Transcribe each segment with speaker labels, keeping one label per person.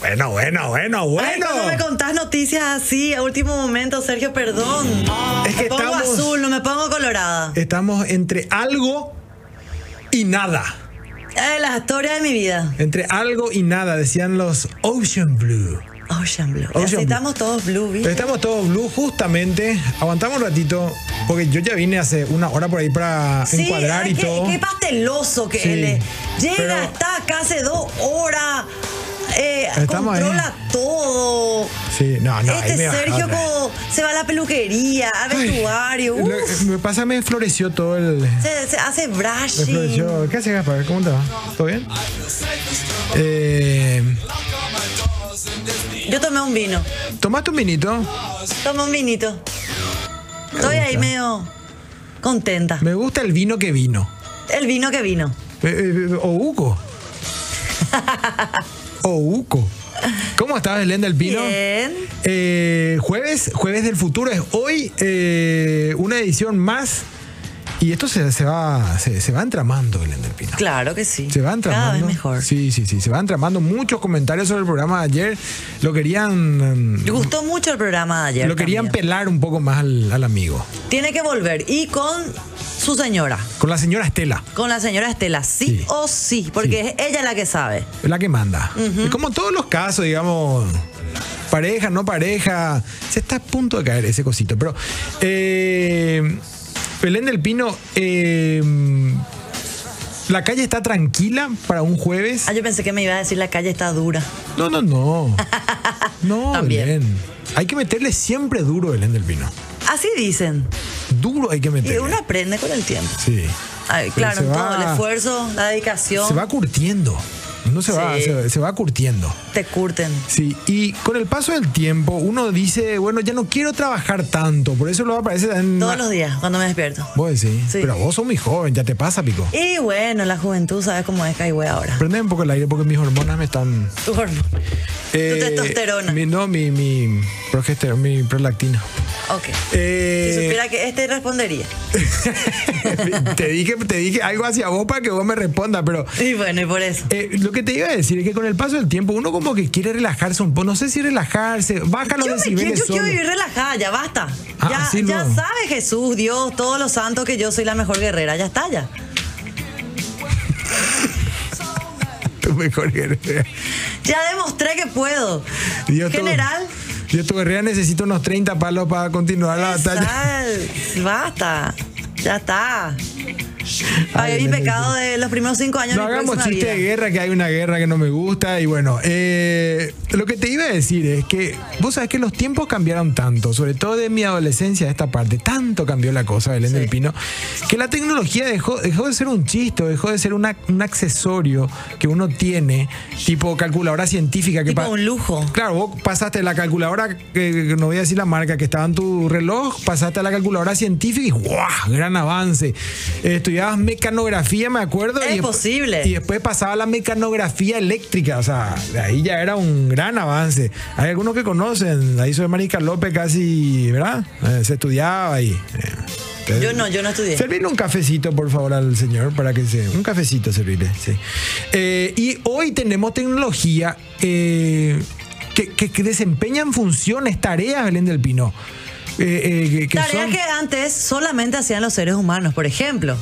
Speaker 1: Bueno, bueno, bueno,
Speaker 2: Ay,
Speaker 1: bueno.
Speaker 2: ¿cómo me contás noticias así a último momento, Sergio? Perdón.
Speaker 1: Es que
Speaker 2: me pongo
Speaker 1: estamos-
Speaker 2: azul, no me pongo colorada.
Speaker 1: Estamos entre algo y nada.
Speaker 2: Es la historia de mi vida.
Speaker 1: Entre algo y nada, decían los Ocean Blue.
Speaker 2: Ocean Blue.
Speaker 1: Ocean
Speaker 2: Y así
Speaker 1: Blue.
Speaker 2: estamos todos blue, ¿viste?
Speaker 1: Estamos todos blue justamente. Aguantamos un ratito, porque yo ya vine hace una hora por ahí para
Speaker 2: Sí,
Speaker 1: encuadrar
Speaker 2: ay,
Speaker 1: y
Speaker 2: qué,
Speaker 1: todo.
Speaker 2: qué pasteloso que
Speaker 1: Sí,
Speaker 2: él es. Llega,
Speaker 1: pero-
Speaker 2: está acá hace dos horas. eh,
Speaker 1: Estamos ahí.
Speaker 2: controla todo.
Speaker 1: Sí, no, no. ahí
Speaker 2: este
Speaker 1: me bajaron.
Speaker 2: Sergio como se va a la peluquería, a vestuario.
Speaker 1: Lo-
Speaker 2: uf,
Speaker 1: me pasa, me floreció todo el.
Speaker 2: se, se hace
Speaker 1: Me
Speaker 2: brushing.
Speaker 1: floreció. ¿Qué haces, Gaspar? ¿Cómo te va? ¿Todo bien? Eh,
Speaker 2: Yo tomé un vino.
Speaker 1: ¿Tomaste un vinito?
Speaker 2: Tomé un vinito. Estoy ahí medio contenta.
Speaker 1: Me gusta el vino que vino.
Speaker 2: El vino que vino.
Speaker 1: Eh, eh, eh, Ouco. Ouco. ¿Cómo estás, Belén del Pino?
Speaker 2: Bien.
Speaker 1: Eh, jueves, jueves del futuro es hoy eh, una edición más. Y esto se, se va, se, se va entramando, Belén del Pino.
Speaker 2: Claro que sí.
Speaker 1: Se va entramando.
Speaker 2: Cada vez mejor.
Speaker 1: Sí, sí, sí. Se va entramando muchos comentarios sobre el programa de ayer. Lo querían.
Speaker 2: Me gustó mucho el programa de ayer.
Speaker 1: Lo querían
Speaker 2: también.
Speaker 1: pelar un poco más al, al amigo.
Speaker 2: Tiene que volver. Y con su señora.
Speaker 1: Con la señora Estela,
Speaker 2: Con la señora Estela, sí,
Speaker 1: Sí.
Speaker 2: o sí, porque es ella la que sabe.
Speaker 1: la que manda. Y como todos los casos, digamos, pareja, no pareja, se está a punto de caer ese cosito. Pero, eh, Belén del Pino, eh, la calle está tranquila para un jueves.
Speaker 2: Ah, yo pensé que me iba a decir la calle está dura.
Speaker 1: No, no, no. No,
Speaker 2: También.
Speaker 1: Belén. Hay que meterle siempre duro a Belén del Pino.
Speaker 2: Así dicen.
Speaker 1: Duro hay que
Speaker 2: Y
Speaker 1: meterle.
Speaker 2: uno aprende con el tiempo.
Speaker 1: Sí.
Speaker 2: Ay,
Speaker 1: Pero
Speaker 2: claro,
Speaker 1: se
Speaker 2: en
Speaker 1: va-
Speaker 2: todo el esfuerzo, la dedicación,
Speaker 1: Se va curtiendo. No se va,
Speaker 2: Sí.
Speaker 1: se- se va curtiendo.
Speaker 2: te curten.
Speaker 1: Sí, y con el paso del tiempo uno dice, bueno, ya no quiero trabajar tanto, por eso luego aparece en...
Speaker 2: Todos los días, cuando me despierto.
Speaker 1: Vos decís,
Speaker 2: Sí.
Speaker 1: pero vos sos muy joven, ya te pasa, pico.
Speaker 2: Y bueno, la juventud, ¿sabes cómo es Caigüe ahora?
Speaker 1: Prende un poco el aire porque mis hormonas me están...
Speaker 2: Tu hormona.
Speaker 1: eh,
Speaker 2: testosterona.
Speaker 1: Mi, no, mi, mi progesterona, mi prolactina.
Speaker 2: Ok. Si
Speaker 1: Eh,
Speaker 2: supiera que este respondería.
Speaker 1: te, dije, te dije algo hacia vos para que vos me respondas, pero...
Speaker 2: Y bueno, y por eso.
Speaker 1: eh, lo que te iba a decir es que con el paso del tiempo uno como que quiere relajarse un poco, no sé si relajarse, baja los
Speaker 2: Yo, me quiero,
Speaker 1: decibeles
Speaker 2: yo quiero
Speaker 1: solo.
Speaker 2: vivir relajada, ya basta.
Speaker 1: Ah,
Speaker 2: ya
Speaker 1: así
Speaker 2: ya
Speaker 1: no.
Speaker 2: sabe Jesús, Dios, todos los santos que yo soy la mejor guerrera, ya está ya.
Speaker 1: Tu mejor guerrera.
Speaker 2: Ya demostré que puedo.
Speaker 1: Yo tu-
Speaker 2: General,
Speaker 1: yo tu guerrera necesito unos 30 palos para continuar la batalla.
Speaker 2: sal, basta. Ya está. Pagué
Speaker 1: Ay,
Speaker 2: mi
Speaker 1: nene,
Speaker 2: pecado de los primeros cinco años
Speaker 1: No
Speaker 2: de mi
Speaker 1: hagamos
Speaker 2: próxima
Speaker 1: chiste
Speaker 2: vida.
Speaker 1: de guerra, que hay una guerra que no me gusta. Y bueno, eh, lo que te iba a decir es que vos sabés que los tiempos cambiaron tanto, sobre todo de mi adolescencia a esta parte. Tanto cambió la cosa, Belén del Pino, que la tecnología dejó, dejó de ser un chiste, dejó de ser una- un accesorio que uno tiene, tipo calculadora científica. Que
Speaker 2: Tipo
Speaker 1: pa-
Speaker 2: un lujo.
Speaker 1: Claro, vos pasaste la calculadora, que que no voy a decir la marca, que estaba en tu reloj, pasaste a la calculadora científica y ¡guau! Gran avance. Eh, Estudiabas mecanografía, me acuerdo.
Speaker 2: Es
Speaker 1: y desp-
Speaker 2: posible.
Speaker 1: Y después pasaba a la mecanografía eléctrica, o sea, de ahí ya era un gran avance. Hay algunos que conocen, ahí soy Marica López casi, ¿verdad? Eh, se estudiaba ahí. eh,
Speaker 2: Yo no, yo no estudié.
Speaker 1: Servirle un cafecito, por favor, al señor, para que se. Un cafecito servirle, sí. Eh, y hoy tenemos tecnología eh, que, que- que desempeñan funciones, tareas, Belén del Pino. Eh, eh, que, que
Speaker 2: Tareas
Speaker 1: son-
Speaker 2: que antes solamente hacían los seres humanos, por ejemplo.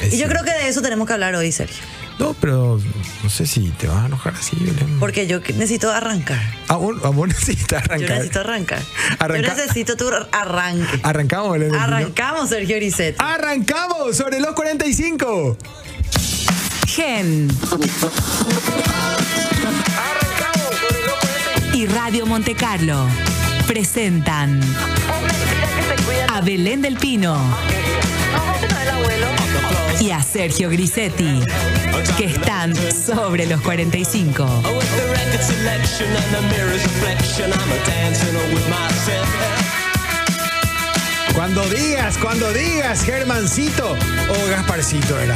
Speaker 1: Es
Speaker 2: Y yo
Speaker 1: cierto.
Speaker 2: creo que de eso tenemos que hablar hoy, Sergio.
Speaker 1: No, pero no sé si te vas a enojar así, Belén. Ah,
Speaker 2: Porque yo que- necesito arrancar.
Speaker 1: A vos, a vos necesitas
Speaker 2: Yo
Speaker 1: arrancar.
Speaker 2: necesito arrancar.
Speaker 1: Arranca-
Speaker 2: Yo necesito tu ar- arranque.
Speaker 1: Arrancamos, Belén del Pino.
Speaker 2: Arrancamos, Sergio Risset.
Speaker 1: Ah. Arrancamos sobre los 45.
Speaker 3: Gen y Radio Monte Carlo presentan a Belén del Pino y a Sergio Grisetti, que están sobre los 45.
Speaker 4: Oh, it's the record selection and the mirror's reflection. I'm a dancing all with myself.
Speaker 1: Cuando digas, cuando digas, Germancito o Gasparcito era.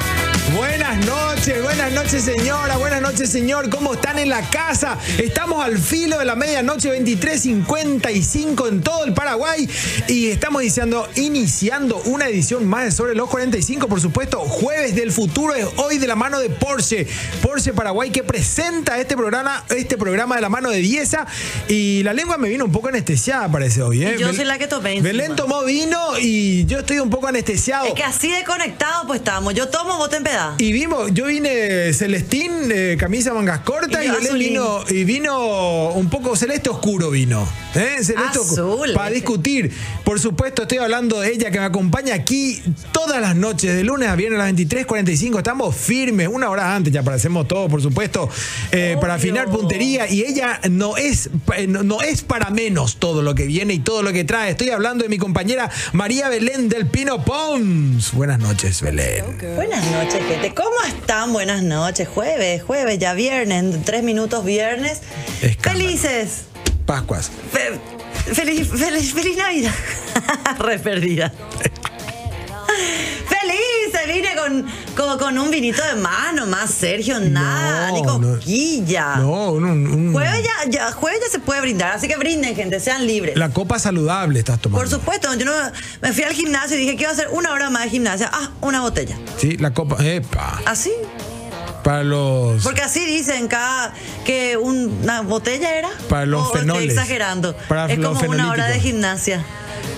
Speaker 1: Buenas noches, buenas noches señora, buenas noches señor, ¿cómo están en la casa? Estamos al filo de la medianoche 23.55 en todo el Paraguay y estamos iniciando, iniciando una edición más de Sobre los 45, por supuesto, jueves del futuro es hoy de la mano de Porsche, Porsche Paraguay que presenta este programa, este programa de la mano de Dieza y la lengua me vino un poco anestesiada parece hoy, ¿eh?
Speaker 2: Y yo
Speaker 1: Bel-
Speaker 2: soy la que topé encima.
Speaker 1: Belén tomó vino y yo estoy un poco anestesiado.
Speaker 2: Es que así de conectado pues estamos. Yo tomo, vos te empedás.
Speaker 1: Y vimos, yo vine Celestín, eh, camisa mangas cortas,
Speaker 2: Y
Speaker 1: y,
Speaker 2: yo
Speaker 1: Belén
Speaker 2: azulín.
Speaker 1: vino, y vino un poco celeste oscuro vino. ¿eh? Celeste
Speaker 2: Azul. este.
Speaker 1: Para discutir. Por supuesto, estoy hablando de ella que me acompaña aquí todas las noches, de lunes a viernes a las 23.45. Estamos firmes, una hora antes, ya aparecemos todos, por supuesto, eh, para
Speaker 2: Obvio.
Speaker 1: afinar puntería. Y ella no es, pa- eh, no, no es para menos todo lo que viene y todo lo que trae. Estoy hablando de mi compañera María Belén del Pino Pons. Buenas noches, Belén.
Speaker 2: Buenas noches, gente. ¿Cómo están? Buenas noches. Jueves, jueves, ya viernes, en tres minutos viernes.
Speaker 1: Escándalo.
Speaker 2: Felices.
Speaker 1: Pascuas.
Speaker 2: Fe- feliz, feliz, feliz Navidad. Re perdida. ¡Feliz! Se vine con, con, con un vinito de mano, más Sergio, nada, ni
Speaker 1: no.
Speaker 2: cosquilla.
Speaker 1: No, un, un- un-
Speaker 2: Ah. Jueves ya, ya- jueves ya se puede brindar, así que brinden, gente, sean libres.
Speaker 1: la copa saludable estás tomando.
Speaker 2: Por supuesto, yo no, me fui al gimnasio y dije que iba a hacer una hora más de gimnasia. Ah, una botella.
Speaker 1: Sí, la copa. Epa.
Speaker 2: Así.
Speaker 1: Para los.
Speaker 2: Porque así dicen cada que un- una botella era.
Speaker 1: Para los
Speaker 2: O- o estoy
Speaker 1: fenoles.
Speaker 2: exagerando.
Speaker 1: Para
Speaker 2: es
Speaker 1: los
Speaker 2: como una hora
Speaker 1: fenolíticos.
Speaker 2: de gimnasia.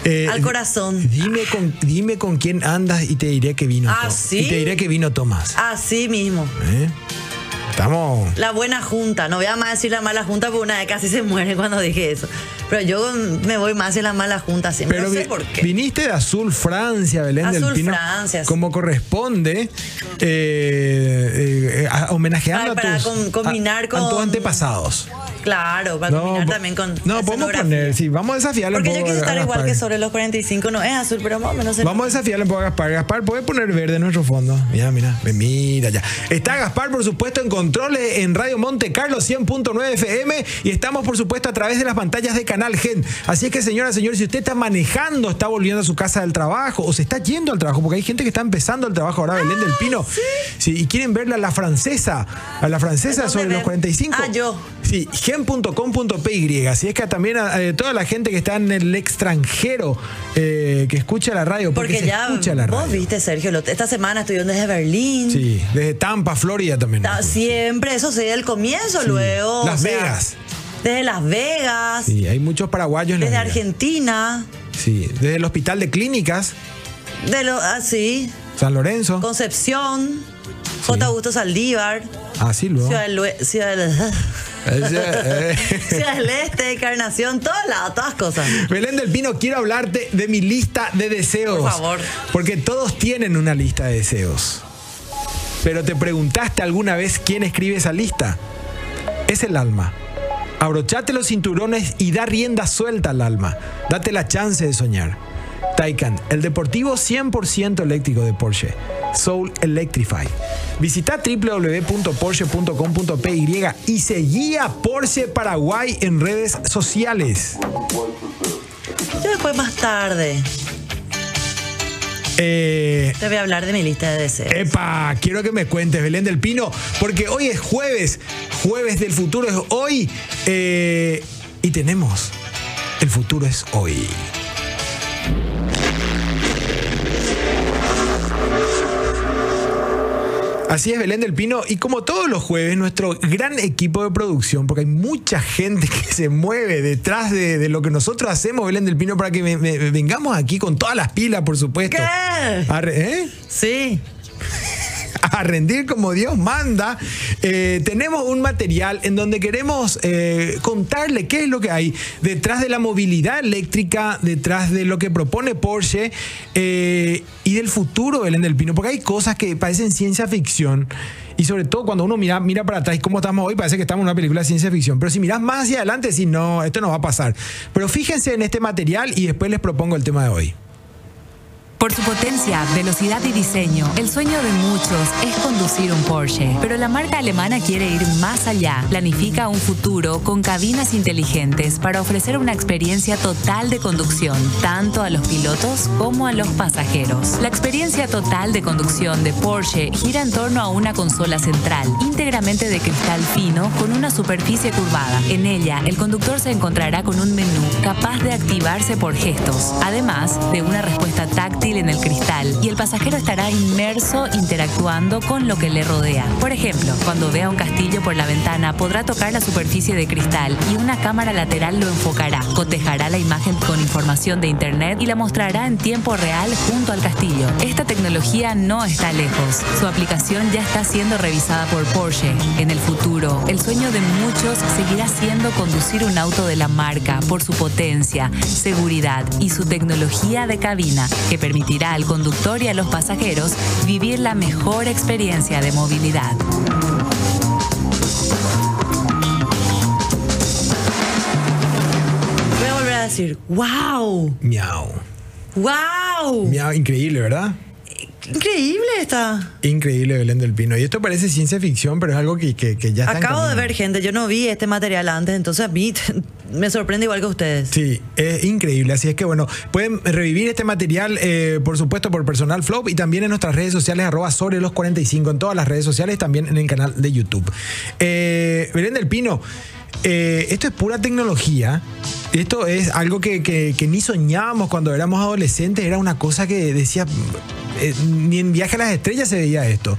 Speaker 1: eh,
Speaker 2: al corazón.
Speaker 1: Dime con, dime con quién andas y te diré que vino.
Speaker 2: Ah,
Speaker 1: to-
Speaker 2: ¿sí?
Speaker 1: Y te diré que vino Tomás.
Speaker 2: Así mismo.
Speaker 1: ¿Eh?
Speaker 2: Ah.
Speaker 1: Estamos.
Speaker 2: La buena junta. No voy a más decir la mala junta porque una vez casi se muere cuando dije eso. Pero yo me voy más en la mala junta siempre.
Speaker 1: Pero
Speaker 2: no sé
Speaker 1: vi-
Speaker 2: por qué.
Speaker 1: viniste de Azul Francia, Belén del
Speaker 2: Azul
Speaker 1: Pino.
Speaker 2: Francia, sí.
Speaker 1: Como corresponde, eh, eh, eh, a- homenajeando
Speaker 2: Ay,
Speaker 1: a
Speaker 2: para
Speaker 1: tus,
Speaker 2: com- combinar
Speaker 1: a- a tus
Speaker 2: con-
Speaker 1: antepasados.
Speaker 2: Claro, para combinar
Speaker 1: po-
Speaker 2: también con.
Speaker 1: no
Speaker 2: la
Speaker 1: podemos
Speaker 2: escenografía.
Speaker 1: poner, sí, vamos a desafiarle un
Speaker 2: Porque yo
Speaker 1: poco
Speaker 2: quise
Speaker 1: a
Speaker 2: estar igual
Speaker 1: Gaspar.
Speaker 2: que sobre los 45. No es azul, pero más o menos. se-
Speaker 1: Vamos a desafiarle un poco a Gaspar. Gaspar, ¿puede poner verde en nuestro fondo? Mira, mira, me mira ya. Está Gaspar, por supuesto, en controles en Radio Monte Carlo 100.9 FM y estamos, por supuesto, a través de las pantallas de Canal Gen. Así es que, señora, señor, si usted está manejando, está volviendo a su casa del trabajo o se está yendo al trabajo, porque hay gente que está empezando el trabajo ahora,
Speaker 2: Ah,
Speaker 1: Belén del Pino, sí, y quieren verla a la francesa, a la francesa
Speaker 2: ¿Dónde
Speaker 1: sobre los
Speaker 2: ver?
Speaker 1: 45.
Speaker 2: Ah, yo.
Speaker 1: Sí, gen.com.py. Así es que también a eh, toda la gente que está en el extranjero eh, que escucha la radio, porque,
Speaker 2: Porque
Speaker 1: se
Speaker 2: ya
Speaker 1: escucha la
Speaker 2: vos
Speaker 1: radio.
Speaker 2: viste, Sergio, lo- esta semana estuvieron desde Berlín.
Speaker 1: Sí, desde Tampa, Florida también.
Speaker 2: Ta- Siempre, eso sería el comienzo, luego.
Speaker 1: Las
Speaker 2: o sea,
Speaker 1: Vegas.
Speaker 2: Desde Las Vegas,
Speaker 1: Sí, hay muchos paraguayos en la
Speaker 2: desde
Speaker 1: vida.
Speaker 2: Argentina,
Speaker 1: Sí, desde el Hospital de Clínicas,
Speaker 2: de lo, así,
Speaker 1: San Lorenzo.
Speaker 2: Concepción, J. Augusto Saldívar,
Speaker 1: Así Ah, luego.
Speaker 2: Ciudad, del, Lue- Ciudad del-
Speaker 1: Ese, eh.
Speaker 2: Ciudad del Este, Encarnación, todos lados, todas cosas.
Speaker 1: Belén del Pino, quiero hablarte de mi lista de deseos.
Speaker 2: Por favor.
Speaker 1: Porque todos tienen una lista de deseos. Pero te preguntaste alguna vez quién escribe esa lista. Es el alma. Abrochate los cinturones y da rienda suelta al alma. Date la chance de soñar. Taycan, el deportivo 100% eléctrico de Porsche. Soul Electrify. Visita www.porsche.com.py y seguí a Porsche Paraguay en redes sociales.
Speaker 2: Yo después, más tarde,
Speaker 1: Eh,
Speaker 2: te voy a hablar de mi lista de deseos.
Speaker 1: epa, quiero que me cuentes, Belén del Pino, porque hoy es jueves, jueves del futuro es hoy, eh, y tenemos, el futuro es hoy. Así es, Belén del Pino. Y como todos los jueves, nuestro gran equipo de producción, porque hay mucha gente que se mueve detrás de, de lo que nosotros hacemos, Belén del Pino, para que ve- ve- vengamos aquí con todas las pilas, por supuesto.
Speaker 2: ¿Qué?
Speaker 1: A re- ¿eh?
Speaker 2: Sí.
Speaker 1: a rendir como Dios manda, eh, tenemos un material en donde queremos eh, contarle qué es lo que hay detrás de la movilidad eléctrica, detrás de lo que propone Porsche eh, y del futuro Belén del Pino, porque hay cosas que parecen ciencia ficción. Y sobre todo cuando uno mira, mira para atrás, como estamos hoy, parece que estamos en una película de ciencia ficción. Pero si miras más hacia adelante, decís, no, esto no va a pasar. Pero fíjense en este material y después les propongo el tema de hoy.
Speaker 3: Por su potencia, velocidad y diseño, el sueño de muchos es conducir un Porsche. Pero la marca alemana quiere ir más allá. Planifica un futuro con cabinas inteligentes para ofrecer una experiencia total de conducción, tanto a los pilotos como a los pasajeros. La experiencia total de conducción de Porsche gira en torno a una consola central, íntegramente de cristal fino con una superficie curvada. En ella, el conductor se encontrará con un menú capaz de activarse por gestos, además de una respuesta táctil en el cristal, y el pasajero estará inmerso interactuando con lo que le rodea. Por ejemplo, cuando vea un castillo por la ventana, podrá tocar la superficie de cristal y una cámara lateral lo enfocará, cotejará la imagen con información de internet y la mostrará en tiempo real junto al castillo. Esta tecnología no está lejos. Su aplicación ya está siendo revisada por Porsche. En el futuro, el sueño de muchos seguirá siendo conducir un auto de la marca por su potencia, seguridad y su tecnología de cabina, que permitirá al conductor y a los pasajeros vivir la mejor experiencia de movilidad.
Speaker 2: Voy a volver a decir, wow,
Speaker 1: Miau.
Speaker 2: wow.
Speaker 1: Miau, increíble, ¿verdad?
Speaker 2: Increíble esta.
Speaker 1: Increíble Belén del Pino. Y esto parece ciencia ficción, pero es algo que, que, que ya está. en
Speaker 2: Acabo de
Speaker 1: camino.
Speaker 2: ver, gente, yo no vi este material antes, entonces a mí me sorprende igual que ustedes.
Speaker 1: Sí, es increíble. Así es que bueno, pueden revivir este material, eh, por supuesto, por personal flop y también en nuestras redes sociales, arroba sobre los 45, en todas las redes sociales, también en el canal de YouTube. Eh, Belén del Pino, eh, esto es pura tecnología. Esto es algo que, que- que ni soñábamos cuando éramos adolescentes. Era una cosa que decía, eh, ni en Viaje a las Estrellas se veía esto.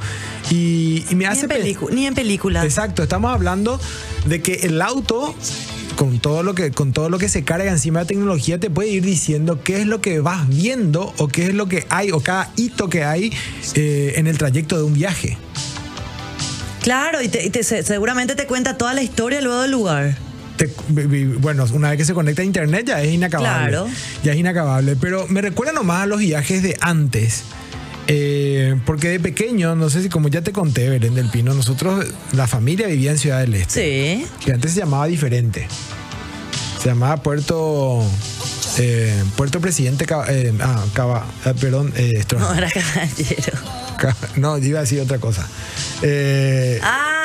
Speaker 1: Y, y me
Speaker 2: Ni
Speaker 1: hace
Speaker 2: en,
Speaker 1: pe-
Speaker 2: pelicu- ni en películas.
Speaker 1: Exacto, estamos hablando de que el auto con todo lo que con todo lo que se carga encima de la tecnología te puede ir diciendo qué es lo que vas viendo o qué es lo que hay o cada hito que hay eh, en el trayecto de un viaje.
Speaker 2: Claro, y, te- y te- se- seguramente te cuenta toda la historia luego del lugar.
Speaker 1: Te- vi- vi- bueno, una vez que se conecta a internet ya es inacabable.
Speaker 2: Claro.
Speaker 1: Ya es inacabable. Pero me recuerda nomás a los viajes de antes. Eh, porque de pequeño, no sé si como ya te conté, Belén del Pino, nosotros, la familia vivía en Ciudad del Este.
Speaker 2: Sí.
Speaker 1: que antes se llamaba diferente. Se llamaba Puerto eh, Puerto Presidente Cava- eh, ah, Cava- ah, perdón, eh, esto-
Speaker 2: No, era caballero.
Speaker 1: Ca- no, yo iba a decir otra cosa. Eh,
Speaker 2: Ah,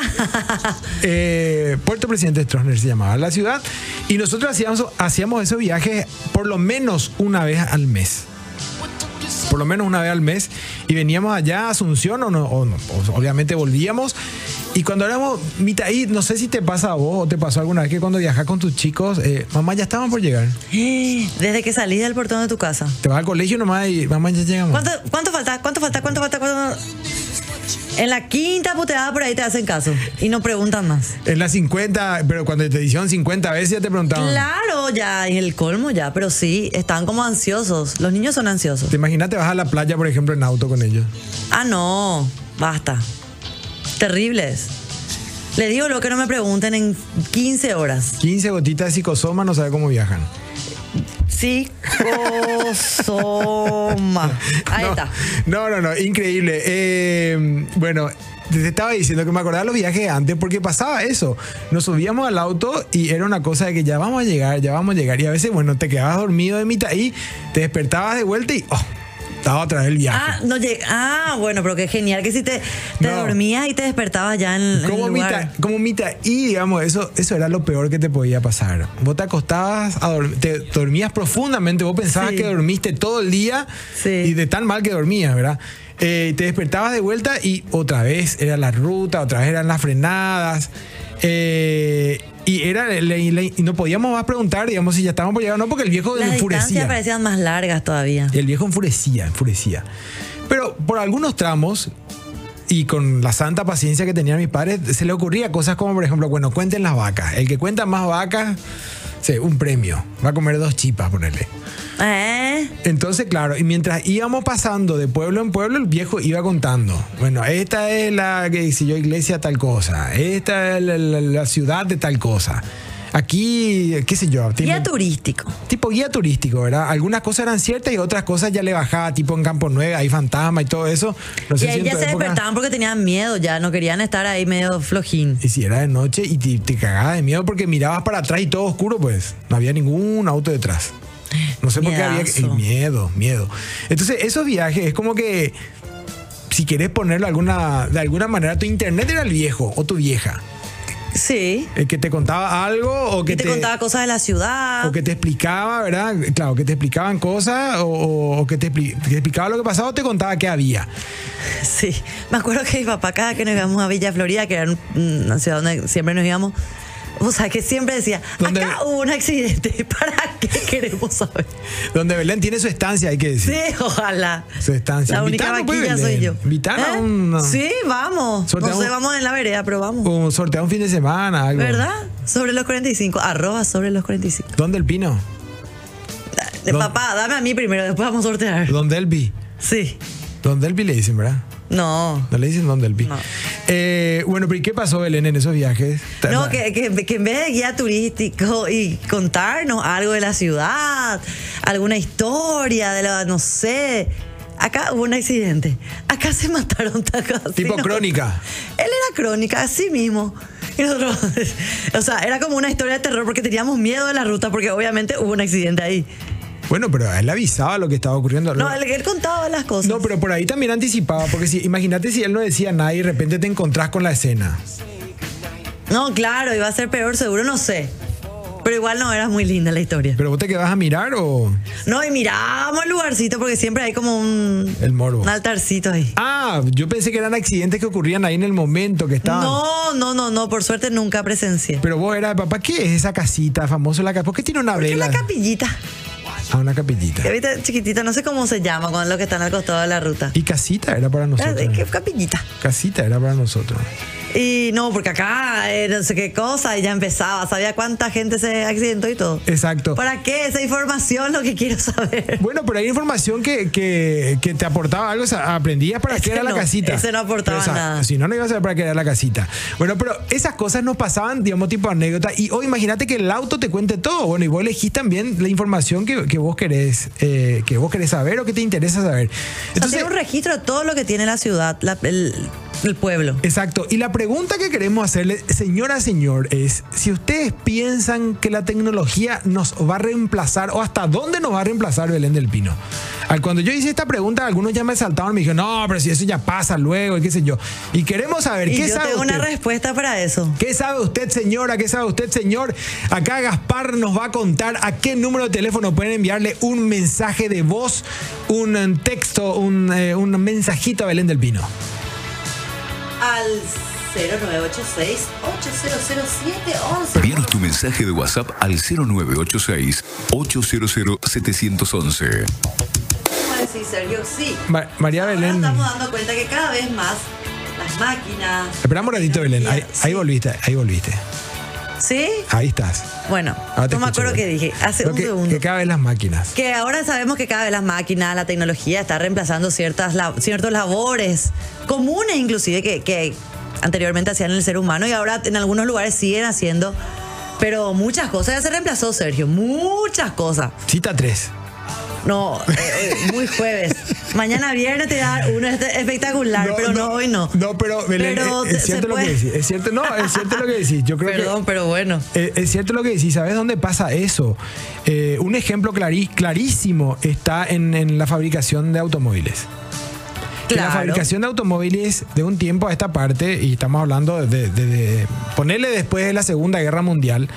Speaker 1: eh, Puerto Presidente Stroessner se llamaba la ciudad y nosotros hacíamos, hacíamos esos viajes por lo menos una vez al mes. Por lo menos una vez al mes y veníamos allá a Asunción o no, o no, o- obviamente volvíamos y cuando éramos mitad y no sé si te pasa a vos o te pasó alguna vez que cuando viajas con tus chicos, eh, mamá ya estaban por llegar,
Speaker 2: desde que salí del portón de tu casa.
Speaker 1: te vas al colegio nomás y mamá ya llegamos.
Speaker 2: ¿Cuánto, cuánto falta? ¿Cuánto falta? ¿Cuánto falta? ¿Cuánto? En la quinta puteada por ahí te hacen caso y no preguntan más.
Speaker 1: En las 50, pero cuando te dijeron 50 veces ya te preguntaban.
Speaker 2: Claro, ya es el colmo ya, pero sí, están como ansiosos. Los niños son ansiosos.
Speaker 1: ¿Te imaginas te vas a la playa, por ejemplo, en auto con ellos?
Speaker 2: Ah, no, basta. Terribles. Les digo lo que no me pregunten en 15 horas.
Speaker 1: 15 gotitas de psicosoma, no sabe cómo viajan.
Speaker 2: Psicosoma. Ahí
Speaker 1: no,
Speaker 2: está.
Speaker 1: No, no, no, increíble. Eh, bueno, te estaba diciendo que me acordaba de los viajes de antes porque pasaba eso. Nos subíamos al auto y era una cosa de que ya vamos a llegar, ya vamos a llegar. Y a veces, bueno, te quedabas dormido de mitad y te despertabas de vuelta y oh, estaba otra vez el
Speaker 2: Ah,
Speaker 1: viaje.
Speaker 2: no lleg- ah, bueno, pero qué genial que si te, te
Speaker 1: No.
Speaker 2: dormías y te despertabas ya en, en el
Speaker 1: como,
Speaker 2: lugar.
Speaker 1: mitad, como mitad y digamos, eso, eso era lo peor que te podía pasar. Vos te acostabas, a dorm- te dormías profundamente, vos pensabas
Speaker 2: Sí.
Speaker 1: que dormiste todo el día
Speaker 2: Sí.
Speaker 1: y de tan mal que dormías, ¿verdad? Eh, te despertabas de vuelta y otra vez era la ruta, otra vez eran las frenadas. eh, y era la- la- y no podíamos más preguntar, digamos, si ya estábamos por llegar o no, porque el viejo
Speaker 2: Las distancias
Speaker 1: enfurecía.
Speaker 2: parecían más largas todavía.
Speaker 1: El viejo enfurecía, enfurecía. Pero por algunos tramos y con la santa paciencia que tenían mis padres, se le ocurría cosas como, por ejemplo, bueno, cuenten las vacas. El que cuenta más vacas, sí, un premio. Va a comer dos chipas, ponerle.
Speaker 2: ¿Eh?
Speaker 1: Entonces, claro, y mientras íbamos pasando de pueblo en pueblo, el viejo iba contando. Bueno, esta es la que si yo iglesia tal cosa, esta es la, la- la ciudad de tal cosa. Aquí, qué sé yo,
Speaker 2: Guía
Speaker 1: tiene-
Speaker 2: turístico.
Speaker 1: tipo guía turístico, ¿verdad? Algunas cosas eran ciertas y otras cosas ya le bajaba, tipo en Campo 9, hay fantasma y todo eso. No
Speaker 2: Y
Speaker 1: sé si
Speaker 2: ahí
Speaker 1: en
Speaker 2: ya
Speaker 1: tu
Speaker 2: se
Speaker 1: época-
Speaker 2: despertaban porque tenían miedo, ya no querían estar ahí medio flojín.
Speaker 1: Y si era de noche y te, te cagabas de miedo porque mirabas para atrás y todo oscuro, pues no había ningún auto detrás. No sé por qué había
Speaker 2: Miedazo.
Speaker 1: el miedo, miedo. Entonces, esos viajes es como que si querés ponerlo alguna, de alguna manera, tu internet era el viejo o tu vieja.
Speaker 2: Sí.
Speaker 1: El que te contaba algo o que
Speaker 2: Que te, contaba cosas de la ciudad.
Speaker 1: o que te explicaba, ¿verdad? Claro, que te explicaban cosas o, o- o que te, expli- te explicaba lo que pasaba o te contaba qué había.
Speaker 2: Sí, me acuerdo que mi papá cada que nos íbamos a Villa Florida, que era un- mm, una ciudad donde siempre nos íbamos, o sea, que siempre decía,
Speaker 1: ¿Dónde?
Speaker 2: acá hubo un accidente, ¿para qué queremos saber?
Speaker 1: Donde Belén tiene su estancia, hay que decir.
Speaker 2: Sí, ojalá.
Speaker 1: Su estancia.
Speaker 2: La única
Speaker 1: Invitarnos, pues,
Speaker 2: vaquilla soy
Speaker 1: Belén.
Speaker 2: yo. ¿Eh?
Speaker 1: Invitarnos a una-
Speaker 2: Sí, vamos.
Speaker 1: Sorteamos-
Speaker 2: No sé, vamos en la vereda, pero vamos.
Speaker 1: O sortear un fin de semana, algo.
Speaker 2: ¿Verdad? Sobre los 45, arroba sobre los 45.
Speaker 1: ¿Dónde el pino? ¿Dónde?
Speaker 2: Eh, Papá, dame a mí primero, después vamos a sortear.
Speaker 1: ¿Dónde el bi?
Speaker 2: Sí.
Speaker 1: ¿Dónde el bi le dicen, verdad?
Speaker 2: No.
Speaker 1: No le dicen dónde el bi.
Speaker 2: No.
Speaker 1: Eh, bueno, pero ¿y qué pasó, Belén, en esos viajes?
Speaker 2: No, que, que- que en vez de guía turístico y contarnos algo de la ciudad, alguna historia de la, no sé. Acá hubo un accidente. Acá se mataron tacos.
Speaker 1: Tipo crónica.
Speaker 2: Él era crónica, así mismo. Y nosotros, o sea, era como una historia de terror porque teníamos miedo de la ruta porque obviamente hubo un accidente ahí.
Speaker 1: Bueno, pero él avisaba lo que estaba ocurriendo.
Speaker 2: No, él, él contaba las cosas.
Speaker 1: No, pero por ahí también anticipaba, porque si, imagínate si él no decía nada y de repente te encontrás con la escena.
Speaker 2: No, claro, iba a ser peor, seguro, no sé. Pero igual no, era muy linda la historia.
Speaker 1: ¿Pero vos te quedás a mirar o
Speaker 2: No, y miramos el lugarcito porque siempre hay como un,
Speaker 1: el morbo?
Speaker 2: Un altarcito ahí.
Speaker 1: Ah, yo pensé que eran accidentes que ocurrían ahí en el momento que estaban.
Speaker 2: No, no, no, no, por suerte nunca presencié.
Speaker 1: Pero vos eras, papá, ¿qué es esa casita famosa? La ca- ¿Por qué tiene una
Speaker 2: ¿Qué es
Speaker 1: vela?
Speaker 2: la capillita?
Speaker 1: Ah, una capillita.
Speaker 2: Que ahorita es chiquitita, no sé cómo se llama con los que están al costado de la ruta.
Speaker 1: Y casita era para
Speaker 2: Ah,
Speaker 1: nosotros.
Speaker 2: ¿Qué capillita?
Speaker 1: Casita era para nosotros.
Speaker 2: Y no, porque acá eh, no sé qué cosa y ya empezaba. Sabía cuánta gente se accidentó y todo.
Speaker 1: Exacto.
Speaker 2: ¿Para qué esa información? Lo que quiero saber.
Speaker 1: Bueno, pero hay información que, que- que te aportaba algo, o sea, aprendías para qué
Speaker 2: Ese
Speaker 1: era la
Speaker 2: no,
Speaker 1: casita.
Speaker 2: ese no aportaba
Speaker 1: Pero, o sea,
Speaker 2: nada.
Speaker 1: Si no, no ibas a saber para qué era la casita. Bueno, pero esas cosas nos pasaban, digamos, tipo anécdota. Y hoy imagínate que el auto te cuente todo. Bueno, y vos elegís también la información que, que vos querés, eh, que vos querés saber o que te interesa saber.
Speaker 2: O sea,
Speaker 1: Entonces,
Speaker 2: tiene un registro de todo lo que tiene la ciudad, la- el, el pueblo.
Speaker 1: Exacto. Y la pregunta que queremos hacerle, señora, señor, es si ustedes piensan que la tecnología nos va a reemplazar o hasta dónde nos va a reemplazar Belén del Pino. Al- Cuando yo hice esta pregunta, algunos ya me saltaron, me dijeron, no, pero si eso ya pasa luego y qué sé yo. Y queremos saber,
Speaker 2: Y
Speaker 1: ¿qué
Speaker 2: yo
Speaker 1: sabe
Speaker 2: tengo una
Speaker 1: usted?
Speaker 2: respuesta para eso.
Speaker 1: ¿Qué sabe usted, señora? ¿Qué sabe usted, señor? Acá Gaspar nos va a contar a qué número de teléfono pueden enviarle un mensaje de voz, un eh, texto, un, eh, un mensajito a Belén del Pino.
Speaker 2: Al 0986 800711.
Speaker 5: Envíanos tu mensaje de WhatsApp al 0986 800 711.
Speaker 2: Sí, Sergio, sí.
Speaker 1: Ma- María
Speaker 2: Ahora
Speaker 1: Belén.
Speaker 2: estamos dando cuenta que cada vez más las máquinas.
Speaker 1: Esperamos un ratito, Belén. Ahí,
Speaker 2: Sí.
Speaker 1: ahí volviste, ahí volviste.
Speaker 2: ¿Sí?
Speaker 1: Ahí estás.
Speaker 2: Bueno,
Speaker 1: Ahora Ah, te
Speaker 2: no me
Speaker 1: escucho,
Speaker 2: acuerdo qué
Speaker 1: Belén.
Speaker 2: dije. Hace
Speaker 1: Lo
Speaker 2: un
Speaker 1: que,
Speaker 2: segundo.
Speaker 1: Que cada vez las máquinas.
Speaker 2: Que ahora sabemos que cada vez las máquinas, la tecnología está reemplazando ciertas la- ciertos labores comunes inclusive que, que anteriormente hacían el ser humano y ahora en algunos lugares siguen haciendo. Pero muchas cosas ya se reemplazó, Sergio. Muchas cosas.
Speaker 1: Cita 3.
Speaker 2: No, eh, eh, muy jueves. Mañana viernes te da uno este- espectacular, pero no, hoy no.
Speaker 1: No, pero Belén, eh,
Speaker 2: Pero
Speaker 1: es, es
Speaker 2: se- se
Speaker 1: cierto lo que
Speaker 2: puede.
Speaker 1: decís. Es cierto, no, es cierto lo que decís. Yo creo
Speaker 2: Perdón,
Speaker 1: que.
Speaker 2: pero bueno.
Speaker 1: eh, Es cierto lo que decís, ¿sabes dónde pasa eso? Eh, un ejemplo clarí- clarísimo está en, en la fabricación de automóviles. Que
Speaker 2: Claro.
Speaker 1: La fabricación de automóviles de un tiempo a esta parte, y estamos hablando de, de- de- ponerle después de la Segunda Guerra Mundial.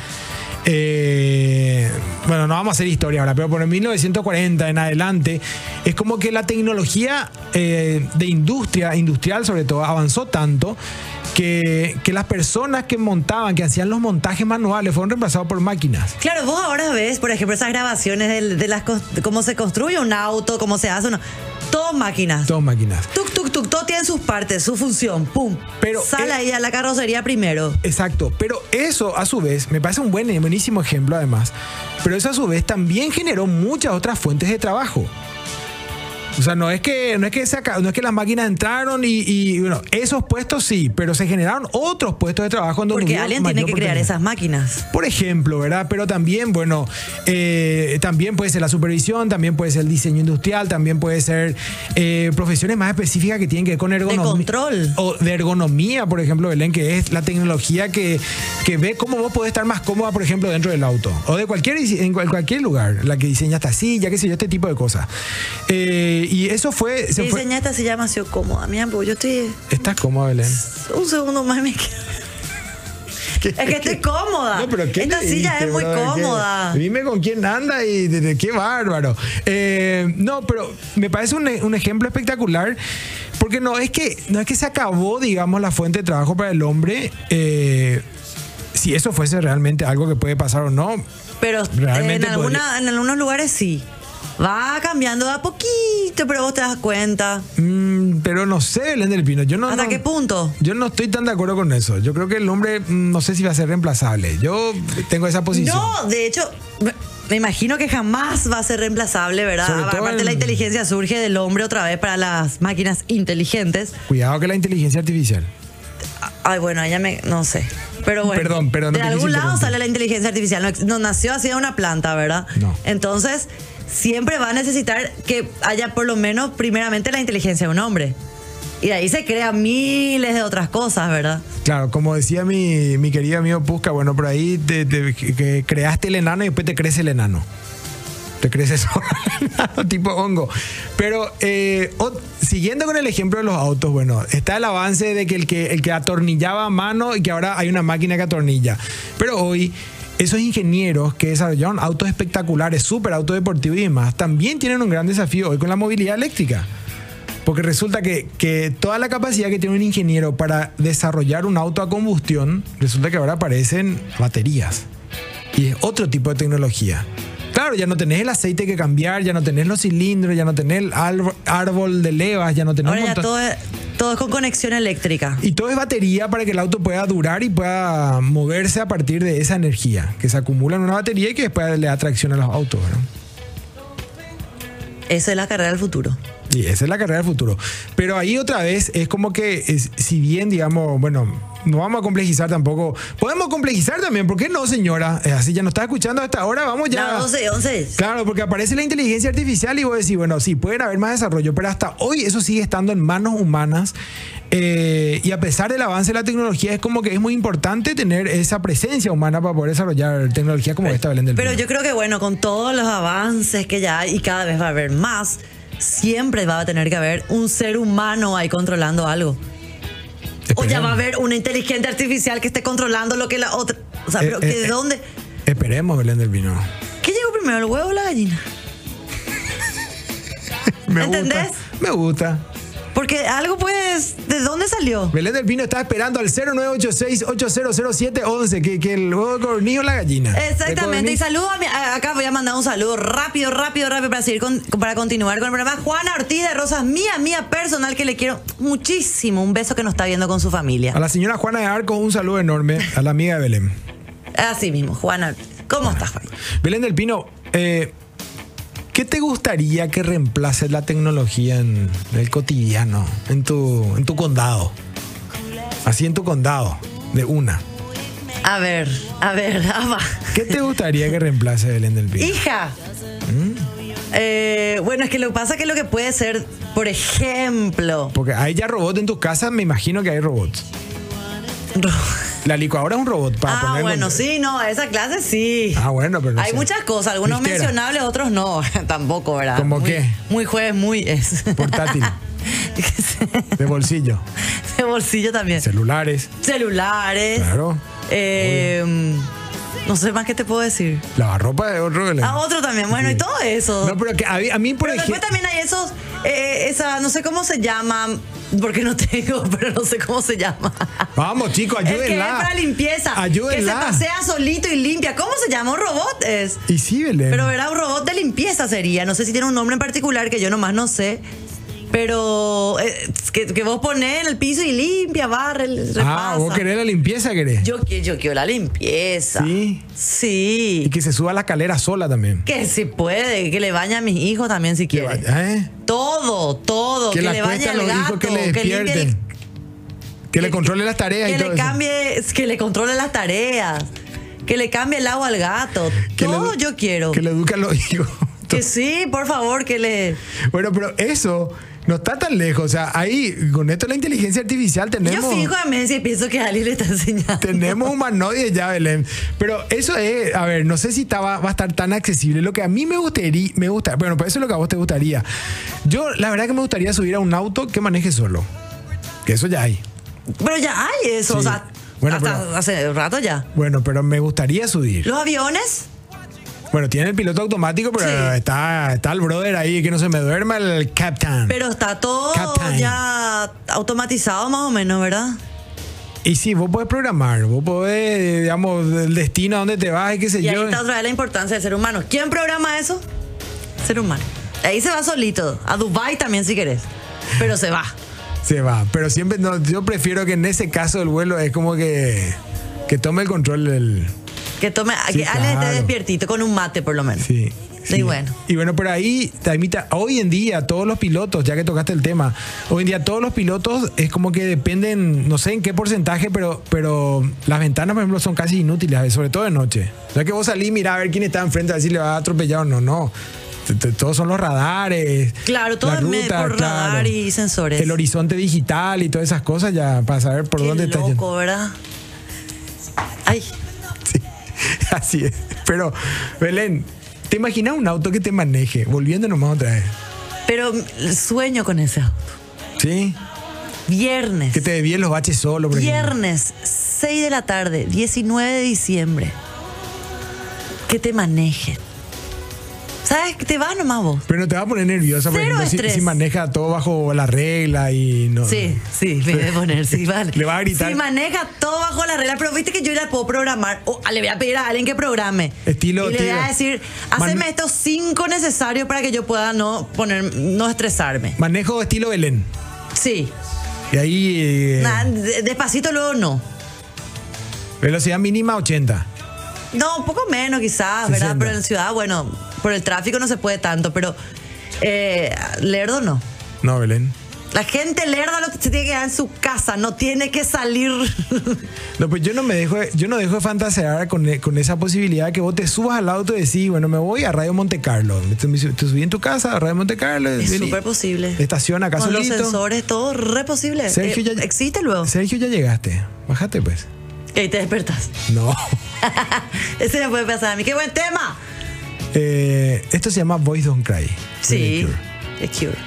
Speaker 1: eh, bueno, no vamos a hacer historia ahora, pero por 1940 en adelante, es como que la tecnología eh, de industria, industrial sobre todo, avanzó tanto que, que las personas que montaban, que hacían los montajes manuales, fueron reemplazados por máquinas.
Speaker 2: Claro, vos ahora ves, por ejemplo, esas grabaciones del- de, las cos- de cómo se construye un auto, cómo se hace uno. Todo máquinas.
Speaker 1: Todas máquinas.
Speaker 2: Tuk, tuk, tuk, todo tiene sus partes, su función. Pum.
Speaker 1: Pero eh,
Speaker 2: Sale
Speaker 1: es-
Speaker 2: ahí a la carrocería primero.
Speaker 1: Exacto, pero eso a su vez, me parece un buen, buenísimo ejemplo además, pero eso a su vez también generó muchas otras fuentes de trabajo. O sea, no es que, no es que, saca- no es que las máquinas entraron y, y, bueno, esos puestos sí, pero se generaron otros puestos de trabajo donde
Speaker 2: Porque
Speaker 1: hubo
Speaker 2: alguien
Speaker 1: mayor
Speaker 2: tiene que crear
Speaker 1: oportunidad.
Speaker 2: esas máquinas.
Speaker 1: Por ejemplo, ¿verdad? Pero también, bueno, eh, también puede ser la supervisión, también puede ser el diseño industrial, también puede ser eh, profesiones más específicas que tienen que ver con ergonomía.
Speaker 2: control.
Speaker 1: O de ergonomía, por ejemplo, Belén, que es la tecnología que, que ve cómo vos podés estar más cómoda, por ejemplo, dentro del auto. O de cualquier, en cual- cualquier lugar. La que diseña esta silla, qué sé yo, este tipo de cosas. Eh, y eso fue... se
Speaker 2: Si
Speaker 1: fue-
Speaker 2: diseña esta silla demasiado cómoda, mía, porque pues yo estoy
Speaker 1: ¿Estás cómoda, Belén?
Speaker 2: un segundo más y me quedo. Es que estoy cómoda.
Speaker 1: No, pero ¿qué
Speaker 2: Esta
Speaker 1: le
Speaker 2: silla
Speaker 1: diste,
Speaker 2: es muy
Speaker 1: brother? ¿Qué?
Speaker 2: cómoda.
Speaker 1: Dime con quién anda y de- de- qué bárbaro. Eh, no, pero me parece un, e- un ejemplo espectacular porque no es que no es que se acabó, digamos, la fuente de trabajo para el hombre. eh, si eso fuese realmente algo que puede pasar o no,
Speaker 2: Pero en,
Speaker 1: Realmente
Speaker 2: alguna- en algunos lugares sí. Va cambiando de a poquito, pero vos te das cuenta.
Speaker 1: mm, pero no sé, Belén del Pino. Yo no,
Speaker 2: ¿Hasta
Speaker 1: no-
Speaker 2: qué punto?
Speaker 1: Yo no estoy tan de acuerdo con eso. Yo creo que el hombre mm, no sé si va a ser reemplazable. Yo tengo esa posición.
Speaker 2: No, de hecho, me- me imagino que jamás va a ser reemplazable, ¿verdad?
Speaker 1: Sobre todo
Speaker 2: Aparte, la
Speaker 1: en-
Speaker 2: inteligencia surge del hombre otra vez para las máquinas inteligentes.
Speaker 1: Cuidado que la inteligencia artificial.
Speaker 2: Ay, bueno, ella me. No sé. Pero bueno.
Speaker 1: Perdón, perdón, no
Speaker 2: De
Speaker 1: te quise
Speaker 2: algún lado
Speaker 1: interrumpir.
Speaker 2: sale la inteligencia artificial. No, ex- no nació así de una planta, ¿verdad?
Speaker 1: No.
Speaker 2: Entonces, siempre va a necesitar que haya por lo menos, primeramente, la inteligencia de un hombre. Y de ahí se crean miles de otras cosas, ¿verdad?
Speaker 1: Claro, como decía mi, mi querido amigo Pusca, bueno, por ahí te, te- que creaste el enano y después te crece el enano. Te crece solo el enano, tipo hongo. Pero eh, ot- siguiendo con el ejemplo de los autos, bueno, está el avance de que el, que el que atornillaba a mano y que ahora hay una máquina que atornilla. Pero hoy... Esos ingenieros que desarrollaron autos espectaculares, super autos deportivos y demás, también tienen un gran desafío hoy con la movilidad eléctrica. Porque resulta que, que toda la capacidad que tiene un ingeniero para desarrollar un auto a combustión, resulta que ahora aparecen baterías. Y es otro tipo de tecnología. Claro, ya no tenés el aceite que cambiar, ya no tenés los cilindros, ya no tenés el árbol, árbol de levas, ya no tenés
Speaker 2: Ahora
Speaker 1: un
Speaker 2: ya
Speaker 1: montón-
Speaker 2: todo es, todo es con conexión eléctrica.
Speaker 1: Y todo es batería para que el auto pueda durar y pueda moverse a partir de esa energía que se acumula en una batería y que después le da tracción a los autos. ¿verdad?
Speaker 2: Esa es la carrera del futuro.
Speaker 1: Y esa es la carrera del futuro. Pero ahí otra vez es como que, es- si bien, digamos, bueno, no vamos a complejizar tampoco. Podemos complejizar también, ¿por qué no, señora? Eh, así ya nos está escuchando hasta ahora, vamos ya.
Speaker 2: Las 12 y 11.
Speaker 1: Claro, porque aparece la inteligencia artificial y vos decís, bueno, sí, pueden haber más desarrollo, pero hasta hoy eso sigue estando en manos humanas. Eh, y a pesar del avance de la tecnología, es como que es muy importante tener esa presencia humana para poder desarrollar tecnologías como esta, Belén del
Speaker 2: Pero
Speaker 1: Pino.
Speaker 2: yo creo que bueno, con todos los avances que ya hay y cada vez va a haber más, siempre va a tener que haber un ser humano ahí controlando algo. O ya
Speaker 1: Esperemos.
Speaker 2: va a haber una inteligencia artificial que esté controlando lo que la otra. O sea,
Speaker 1: Eh,
Speaker 2: pero que
Speaker 1: eh,
Speaker 2: ¿de
Speaker 1: eh.
Speaker 2: dónde?
Speaker 1: Esperemos, Belén del Pino.
Speaker 2: ¿Qué llegó primero, el huevo o la gallina?
Speaker 1: Me
Speaker 2: ¿Entendés?
Speaker 1: gusta. Me gusta.
Speaker 2: Porque algo pues, ¿de dónde salió?
Speaker 1: Belén del Pino está esperando al 0986-800711, que, que el huevo de cornillo o la gallina.
Speaker 2: Exactamente, y
Speaker 1: De codorniz.
Speaker 2: saludo a mi- a- acá voy a mandar un saludo rápido, rápido, rápido para seguir con, para continuar con el programa. Juana Ortiz de Rosas, mía, mía personal, que le quiero muchísimo. Un beso que nos está viendo con su familia.
Speaker 1: A la señora Juana de Arcos, un saludo enorme a la amiga de Belén.
Speaker 2: Así mismo, Juana. ¿Cómo estás, Juan?
Speaker 1: Belén del Pino, eh, ¿qué te gustaría que reemplace la tecnología en el cotidiano, en tu, en tu condado? Así en tu condado, de una.
Speaker 2: A ver, a ver, Ava.
Speaker 1: ¿Qué te gustaría que reemplace Belén del Pino?
Speaker 2: Hija.
Speaker 1: ¿Mm?
Speaker 2: Eh, bueno, es que lo que pasa es que lo que puede ser, por ejemplo,
Speaker 1: Porque hay ya robots en tu casa, me imagino que hay robots. La licuadora es un robot para
Speaker 2: ah,
Speaker 1: ponerlo en-
Speaker 2: bueno, sí, no, esa clase sí.
Speaker 1: Ah, bueno, pero no
Speaker 2: Hay
Speaker 1: sé.
Speaker 2: muchas cosas, algunos
Speaker 1: Disquera.
Speaker 2: mencionables, otros no, tampoco, ¿verdad?
Speaker 1: ¿Cómo
Speaker 2: Muy-
Speaker 1: qué?
Speaker 2: Muy jueves, muy es.
Speaker 1: Portátil. De bolsillo.
Speaker 2: De bolsillo también.
Speaker 1: Celulares,
Speaker 2: Celulares.
Speaker 1: claro.
Speaker 2: Eh, no sé más qué te puedo decir.
Speaker 1: Lavarropa de otro.
Speaker 2: Ah, otro también, bueno, y todo eso.
Speaker 1: No, pero que a, mí- a mí, por
Speaker 2: Pero después
Speaker 1: ejemplo.
Speaker 2: también hay esos, eh, esa, no sé cómo se llama, porque no tengo, pero no sé cómo se llama.
Speaker 1: Vamos, chicos,
Speaker 2: El que es para
Speaker 1: ayúdenla.
Speaker 2: limpieza.
Speaker 1: Ayúdenla.
Speaker 2: Que se pasea solito y limpia. ¿Cómo se llama un robot? Es.
Speaker 1: Y sí, Belén.
Speaker 2: Pero era un robot de limpieza sería. No sé si tiene un nombre en particular que yo nomás no sé. Pero eh, que, que vos ponés en el piso y limpia, barre, repasa.
Speaker 1: Ah, vos querés la limpieza, querés.
Speaker 2: Yo, qui- yo quiero la limpieza.
Speaker 1: Sí.
Speaker 2: Sí.
Speaker 1: Y que se suba a la calera sola también.
Speaker 2: Que si puede, que le bañe a mis hijos también si
Speaker 1: Que
Speaker 2: quiere.
Speaker 1: vaya, ¿eh?
Speaker 2: Todo, todo.
Speaker 1: Que
Speaker 2: Que,
Speaker 1: la
Speaker 2: le
Speaker 1: cueste
Speaker 2: bañe
Speaker 1: a
Speaker 2: al
Speaker 1: los hijos,
Speaker 2: gato,
Speaker 1: que le
Speaker 2: limpie el-
Speaker 1: despierten. Que le controle las tareas
Speaker 2: que
Speaker 1: y todo
Speaker 2: le
Speaker 1: eso.
Speaker 2: cambie, que le controle las tareas, que le cambie el agua al gato.
Speaker 1: Que le-
Speaker 2: todo yo quiero.
Speaker 1: Que le eduque a los hijos.
Speaker 2: que sí, por favor, que le.
Speaker 1: Bueno, pero eso no está tan lejos. O sea, ahí, con esto de la inteligencia artificial tenemos.
Speaker 2: Yo fijo a Messi y pienso que Ali le está enseñando.
Speaker 1: Tenemos humanoides ya, Belén. Pero eso es, a ver, no sé si está- va, va a estar tan accesible. Lo que a mí me gustaría, me gusta, bueno, pero eso es lo que a vos te gustaría. Yo, la verdad que me gustaría subir a un auto que maneje solo. Que eso ya hay.
Speaker 2: Pero ya hay eso, o
Speaker 1: Sí.
Speaker 2: sea,
Speaker 1: Bueno,
Speaker 2: hasta
Speaker 1: pero-
Speaker 2: hace rato ya.
Speaker 1: Bueno, pero me gustaría subir.
Speaker 2: Los aviones,
Speaker 1: Bueno, tiene el piloto automático, pero
Speaker 2: Sí.
Speaker 1: está, está el brother ahí, que no se me duerma el captain.
Speaker 2: pero está todo
Speaker 1: Captain.
Speaker 2: ya automatizado más o menos, ¿verdad?
Speaker 1: y sí, vos podés programar, vos podés, digamos, el destino a dónde te vas y qué sé
Speaker 2: Y ahí
Speaker 1: yo.
Speaker 2: está otra vez la importancia del ser humano. ¿Quién programa eso? Ser humano. Ahí se va solito. A Dubai también si querés. Pero se va.
Speaker 1: Se va. Pero siempre, no, yo prefiero que en ese caso el vuelo es como que, que tome el control del.
Speaker 2: Que tome,
Speaker 1: Sí,
Speaker 2: que Ale
Speaker 1: claro.
Speaker 2: esté despiertito con un mate por lo menos.
Speaker 1: Sí.
Speaker 2: Sí, bueno.
Speaker 1: Y bueno, pero ahí, Taimita, hoy en día todos los pilotos, ya que tocaste el tema, hoy en día todos los pilotos es como que dependen, no sé en qué porcentaje, pero, pero las ventanas, por ejemplo, son casi inútiles, sobre todo de noche. O sea que vos salís, mira a ver quién está enfrente, a ver si le va a atropellar o no, no. T- t- Todos son los radares.
Speaker 2: Claro, todo
Speaker 1: las
Speaker 2: es me-
Speaker 1: rutas,
Speaker 2: por radar y sensores.
Speaker 1: El horizonte digital y todas esas cosas ya para saber por
Speaker 2: Qué
Speaker 1: dónde está yendo.
Speaker 2: loco, ¿verdad? Ay,
Speaker 1: Sí, así es. Pero, Belén, ¿te imaginas un auto que te maneje? Volviendo nomás otra vez.
Speaker 2: pero sueño con ese auto.
Speaker 1: ¿Sí?
Speaker 2: Viernes.
Speaker 1: Que te desvíe los baches solo, por ejemplo.
Speaker 2: Viernes, 6 de la tarde, 19 de diciembre. Que te manejen. ¿Sabes? Que te vas nomás vos.
Speaker 1: Pero no te va a poner nerviosa, por
Speaker 2: Cero
Speaker 1: ejemplo, si,
Speaker 2: estrés.
Speaker 1: si maneja todo bajo la regla y no.
Speaker 2: Sí, sí, le voy a poner, sí, vale.
Speaker 1: Le va a gritar.
Speaker 2: Si maneja todo bajo la regla, pero viste que yo ya puedo programar. O ah, le voy a pedir a alguien que programe.
Speaker 1: Estilo,
Speaker 2: Y le voy
Speaker 1: tío.
Speaker 2: a decir,
Speaker 1: Man-
Speaker 2: haceme estos cinco necesarios para que yo pueda no poner, no estresarme.
Speaker 1: Manejo estilo Belén.
Speaker 2: Sí.
Speaker 1: Y ahí. eh,
Speaker 2: Nada, de- despacito luego no.
Speaker 1: Velocidad mínima 80.
Speaker 2: No, un poco menos quizás, ¿verdad?
Speaker 1: 60.
Speaker 2: Pero en ciudad, bueno, por el tráfico no se puede tanto, pero eh, lerdo no.
Speaker 1: No, Belén.
Speaker 2: La gente lerda lo que se tiene que quedar en su casa, no tiene que salir.
Speaker 1: No, pues yo no me dejo, de- yo no dejo de fantasear con, e- con esa posibilidad de que vos te subas al auto y decís, bueno, me voy a Radio Monte Carlo. Te, me- te subí en tu casa, a Radio Monte Carlo.
Speaker 2: Es
Speaker 1: vení.
Speaker 2: súper posible.
Speaker 1: Estaciona acá
Speaker 2: Con los
Speaker 1: solito.
Speaker 2: sensores, todo re posible.
Speaker 1: Sergio,
Speaker 2: Eh,
Speaker 1: ya,
Speaker 2: Existe luego.
Speaker 1: Sergio, ya llegaste. Bájate, pues.
Speaker 2: Y ahí te despertas.
Speaker 1: No.
Speaker 2: Ese me puede pasar a mí. ¡Qué buen tema!
Speaker 1: Eh, esto se llama Boys Don't Cry.
Speaker 2: Sí.
Speaker 1: Cure.
Speaker 2: Es cute.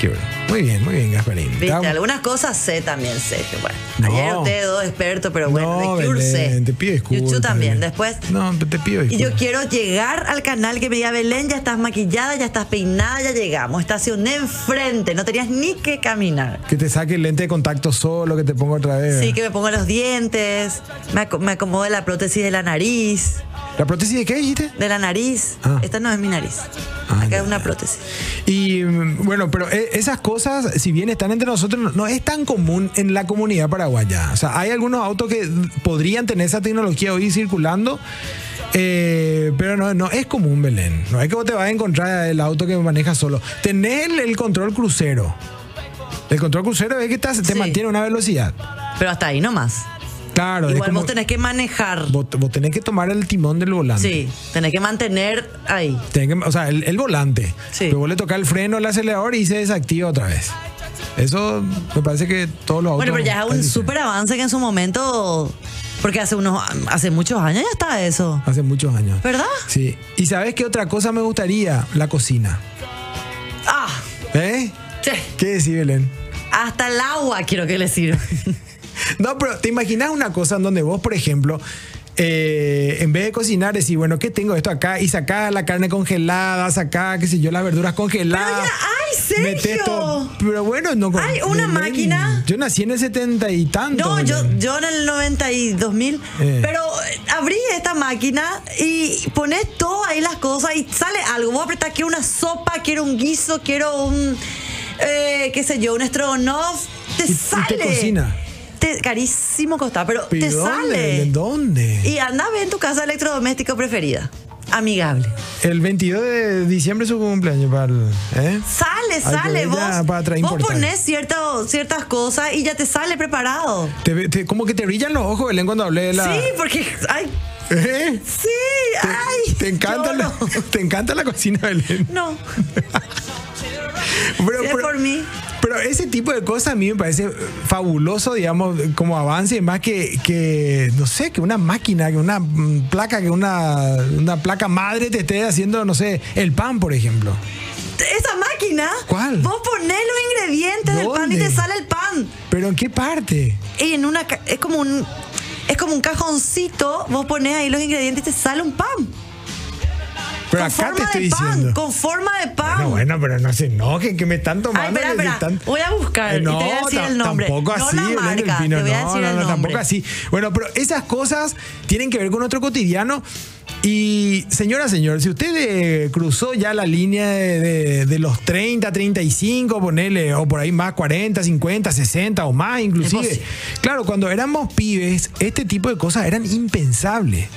Speaker 1: Cure. Muy bien, muy bien, Gasparín.
Speaker 2: Viste,
Speaker 1: Estamos-
Speaker 2: algunas cosas sé también, Sergio. Bueno,
Speaker 1: No.
Speaker 2: ayer ustedes dos expertos, pero bueno,
Speaker 1: No,
Speaker 2: de Cure sé.
Speaker 1: Belén, te pido disculpas.
Speaker 2: Yuchu también,
Speaker 1: Belén.
Speaker 2: después.
Speaker 1: No, te pido
Speaker 2: Y
Speaker 1: disculpas.
Speaker 2: yo quiero llegar al canal que me diga Belén, ya estás maquillada, ya estás peinada, ya llegamos. Estacioné enfrente, no tenías ni que caminar.
Speaker 1: Que te saque el lente de contacto solo, que te ponga otra vez.
Speaker 2: Sí, que me pongo los dientes, me, aco- me acomode la prótesis de la nariz,
Speaker 1: ¿La prótesis de qué dijiste?
Speaker 2: de la nariz.
Speaker 1: Ah.
Speaker 2: Esta no es mi nariz.
Speaker 1: Ah,
Speaker 2: Acá
Speaker 1: ya,
Speaker 2: es una
Speaker 1: ya.
Speaker 2: prótesis.
Speaker 1: Y mm, bueno, pero e- esas cosas, si bien están entre nosotros, no- no es tan común en la comunidad paraguaya. O sea, hay algunos autos que podrían tener esa tecnología hoy circulando, eh, pero no, no es común, Belén. No es que vos te vas a encontrar el auto que manejas solo. Tener el, el control crucero. El control crucero es que te, hace- te
Speaker 2: Sí.
Speaker 1: mantiene una velocidad.
Speaker 2: Pero hasta ahí nomás.
Speaker 1: Claro, es
Speaker 2: Igual
Speaker 1: como-
Speaker 2: vos tenés que manejar.
Speaker 1: vos- vos tenés que tomar el timón del volante.
Speaker 2: Sí, tenés que mantener ahí.
Speaker 1: Tienen que- o sea, el, el volante.
Speaker 2: Sí.
Speaker 1: Pero vos le tocas el freno, el acelerador y se desactiva otra vez. Eso me parece que todos los autos.
Speaker 2: Bueno, pero ya es un
Speaker 1: casi-
Speaker 2: súper avance que en su momento, porque hace unos, hace muchos años ya está eso,
Speaker 1: Hace muchos años.
Speaker 2: ¿verdad?
Speaker 1: Sí. ¿Y sabes qué otra cosa me gustaría? La cocina.
Speaker 2: Ah,
Speaker 1: ¿Eh?
Speaker 2: che.
Speaker 1: ¿Qué decís, Belén?
Speaker 2: Hasta el agua quiero que le sirva.
Speaker 1: No, pero ¿te imaginas una cosa en donde vos, por ejemplo, eh, en vez de cocinar, decís, bueno, ¿qué tengo esto acá? Y sacás la carne congelada, sacás, qué sé yo, las verduras congeladas.
Speaker 2: Pero ya- ¡ay,
Speaker 1: metés
Speaker 2: Sergio!
Speaker 1: Ah. todo. Pero bueno, no.
Speaker 2: Hay una
Speaker 1: Belén,
Speaker 2: máquina.
Speaker 1: Yo nací en el 70 y tanto.
Speaker 2: No, yo,
Speaker 1: Belén.
Speaker 2: yo en el 92 mil,
Speaker 1: Eh.
Speaker 2: pero eh, abrí esta máquina y pones todo ahí las cosas y sale algo. Voy a apretar, quiero una sopa, quiero un guiso, quiero un eh, qué sé yo, un estrogonoff, te
Speaker 1: Y- y te
Speaker 2: sale.
Speaker 1: cocina.
Speaker 2: Te- carísimo costaba, pero
Speaker 1: ¿Y
Speaker 2: te
Speaker 1: dónde?
Speaker 2: sale.
Speaker 1: ¿De dónde?
Speaker 2: Y anda a ver en tu casa electrodoméstico preferida. Amigable.
Speaker 1: El 22 de diciembre es su cumpleaños, para el- ¿eh?
Speaker 2: Sale,
Speaker 1: Hay que
Speaker 2: sale
Speaker 1: ver
Speaker 2: vos.
Speaker 1: ya para tra-
Speaker 2: vos
Speaker 1: importar.
Speaker 2: ponés cierto- ciertas cosas y ya te sale preparado.
Speaker 1: Te- te- como que te brillan los ojos, Belén, cuando hablé de la.
Speaker 2: Sí, porque. Ay,
Speaker 1: ¿Eh?
Speaker 2: sí,
Speaker 1: Te,
Speaker 2: ay.
Speaker 1: te encanta
Speaker 2: yo
Speaker 1: la,
Speaker 2: no.
Speaker 1: te encanta la cocina, Belén.
Speaker 2: No,
Speaker 1: Pero,
Speaker 2: si es
Speaker 1: pero-
Speaker 2: por mí.
Speaker 1: pero ese tipo de cosas a mí me parece fabuloso, digamos, como avance, más que, que no sé, que una máquina, que una mm, placa, que una, una placa madre te esté haciendo, no sé, el pan, por ejemplo.
Speaker 2: Esa máquina.
Speaker 1: ¿Cuál?
Speaker 2: Vos ponés los ingredientes del pan y
Speaker 1: ¿Dónde?
Speaker 2: te sale el pan.
Speaker 1: Pero ¿en qué parte?
Speaker 2: Y en una. ca- Es como un. Es como un cajoncito. Vos ponés ahí los ingredientes y te sale un pan.
Speaker 1: Pero
Speaker 2: con
Speaker 1: acá
Speaker 2: forma
Speaker 1: te estoy
Speaker 2: de pan.
Speaker 1: diciendo.
Speaker 2: Con forma de pan.
Speaker 1: No, Ah, bueno, pero no se enojen que me están tomando.
Speaker 2: Ay,
Speaker 1: que
Speaker 2: espera,
Speaker 1: se
Speaker 2: espera.
Speaker 1: están-
Speaker 2: Voy a buscar y te voy a decir
Speaker 1: ta-
Speaker 2: el nombre.
Speaker 1: Eh, Tampoco
Speaker 2: No
Speaker 1: así,
Speaker 2: la
Speaker 1: Belén del
Speaker 2: marca,
Speaker 1: Pino,
Speaker 2: te voy a
Speaker 1: no,
Speaker 2: decir
Speaker 1: no,
Speaker 2: el
Speaker 1: no, tampoco
Speaker 2: nombre.
Speaker 1: así. Bueno, pero esas cosas tienen que ver con nuestro cotidiano. Y señora, señor, si usted eh, cruzó ya la línea de, de- de los 30, 35, ponele, o por ahí más, 40, 50, 60 o más inclusive.
Speaker 2: posible.
Speaker 1: Claro, cuando éramos pibes, este tipo de cosas eran impensables.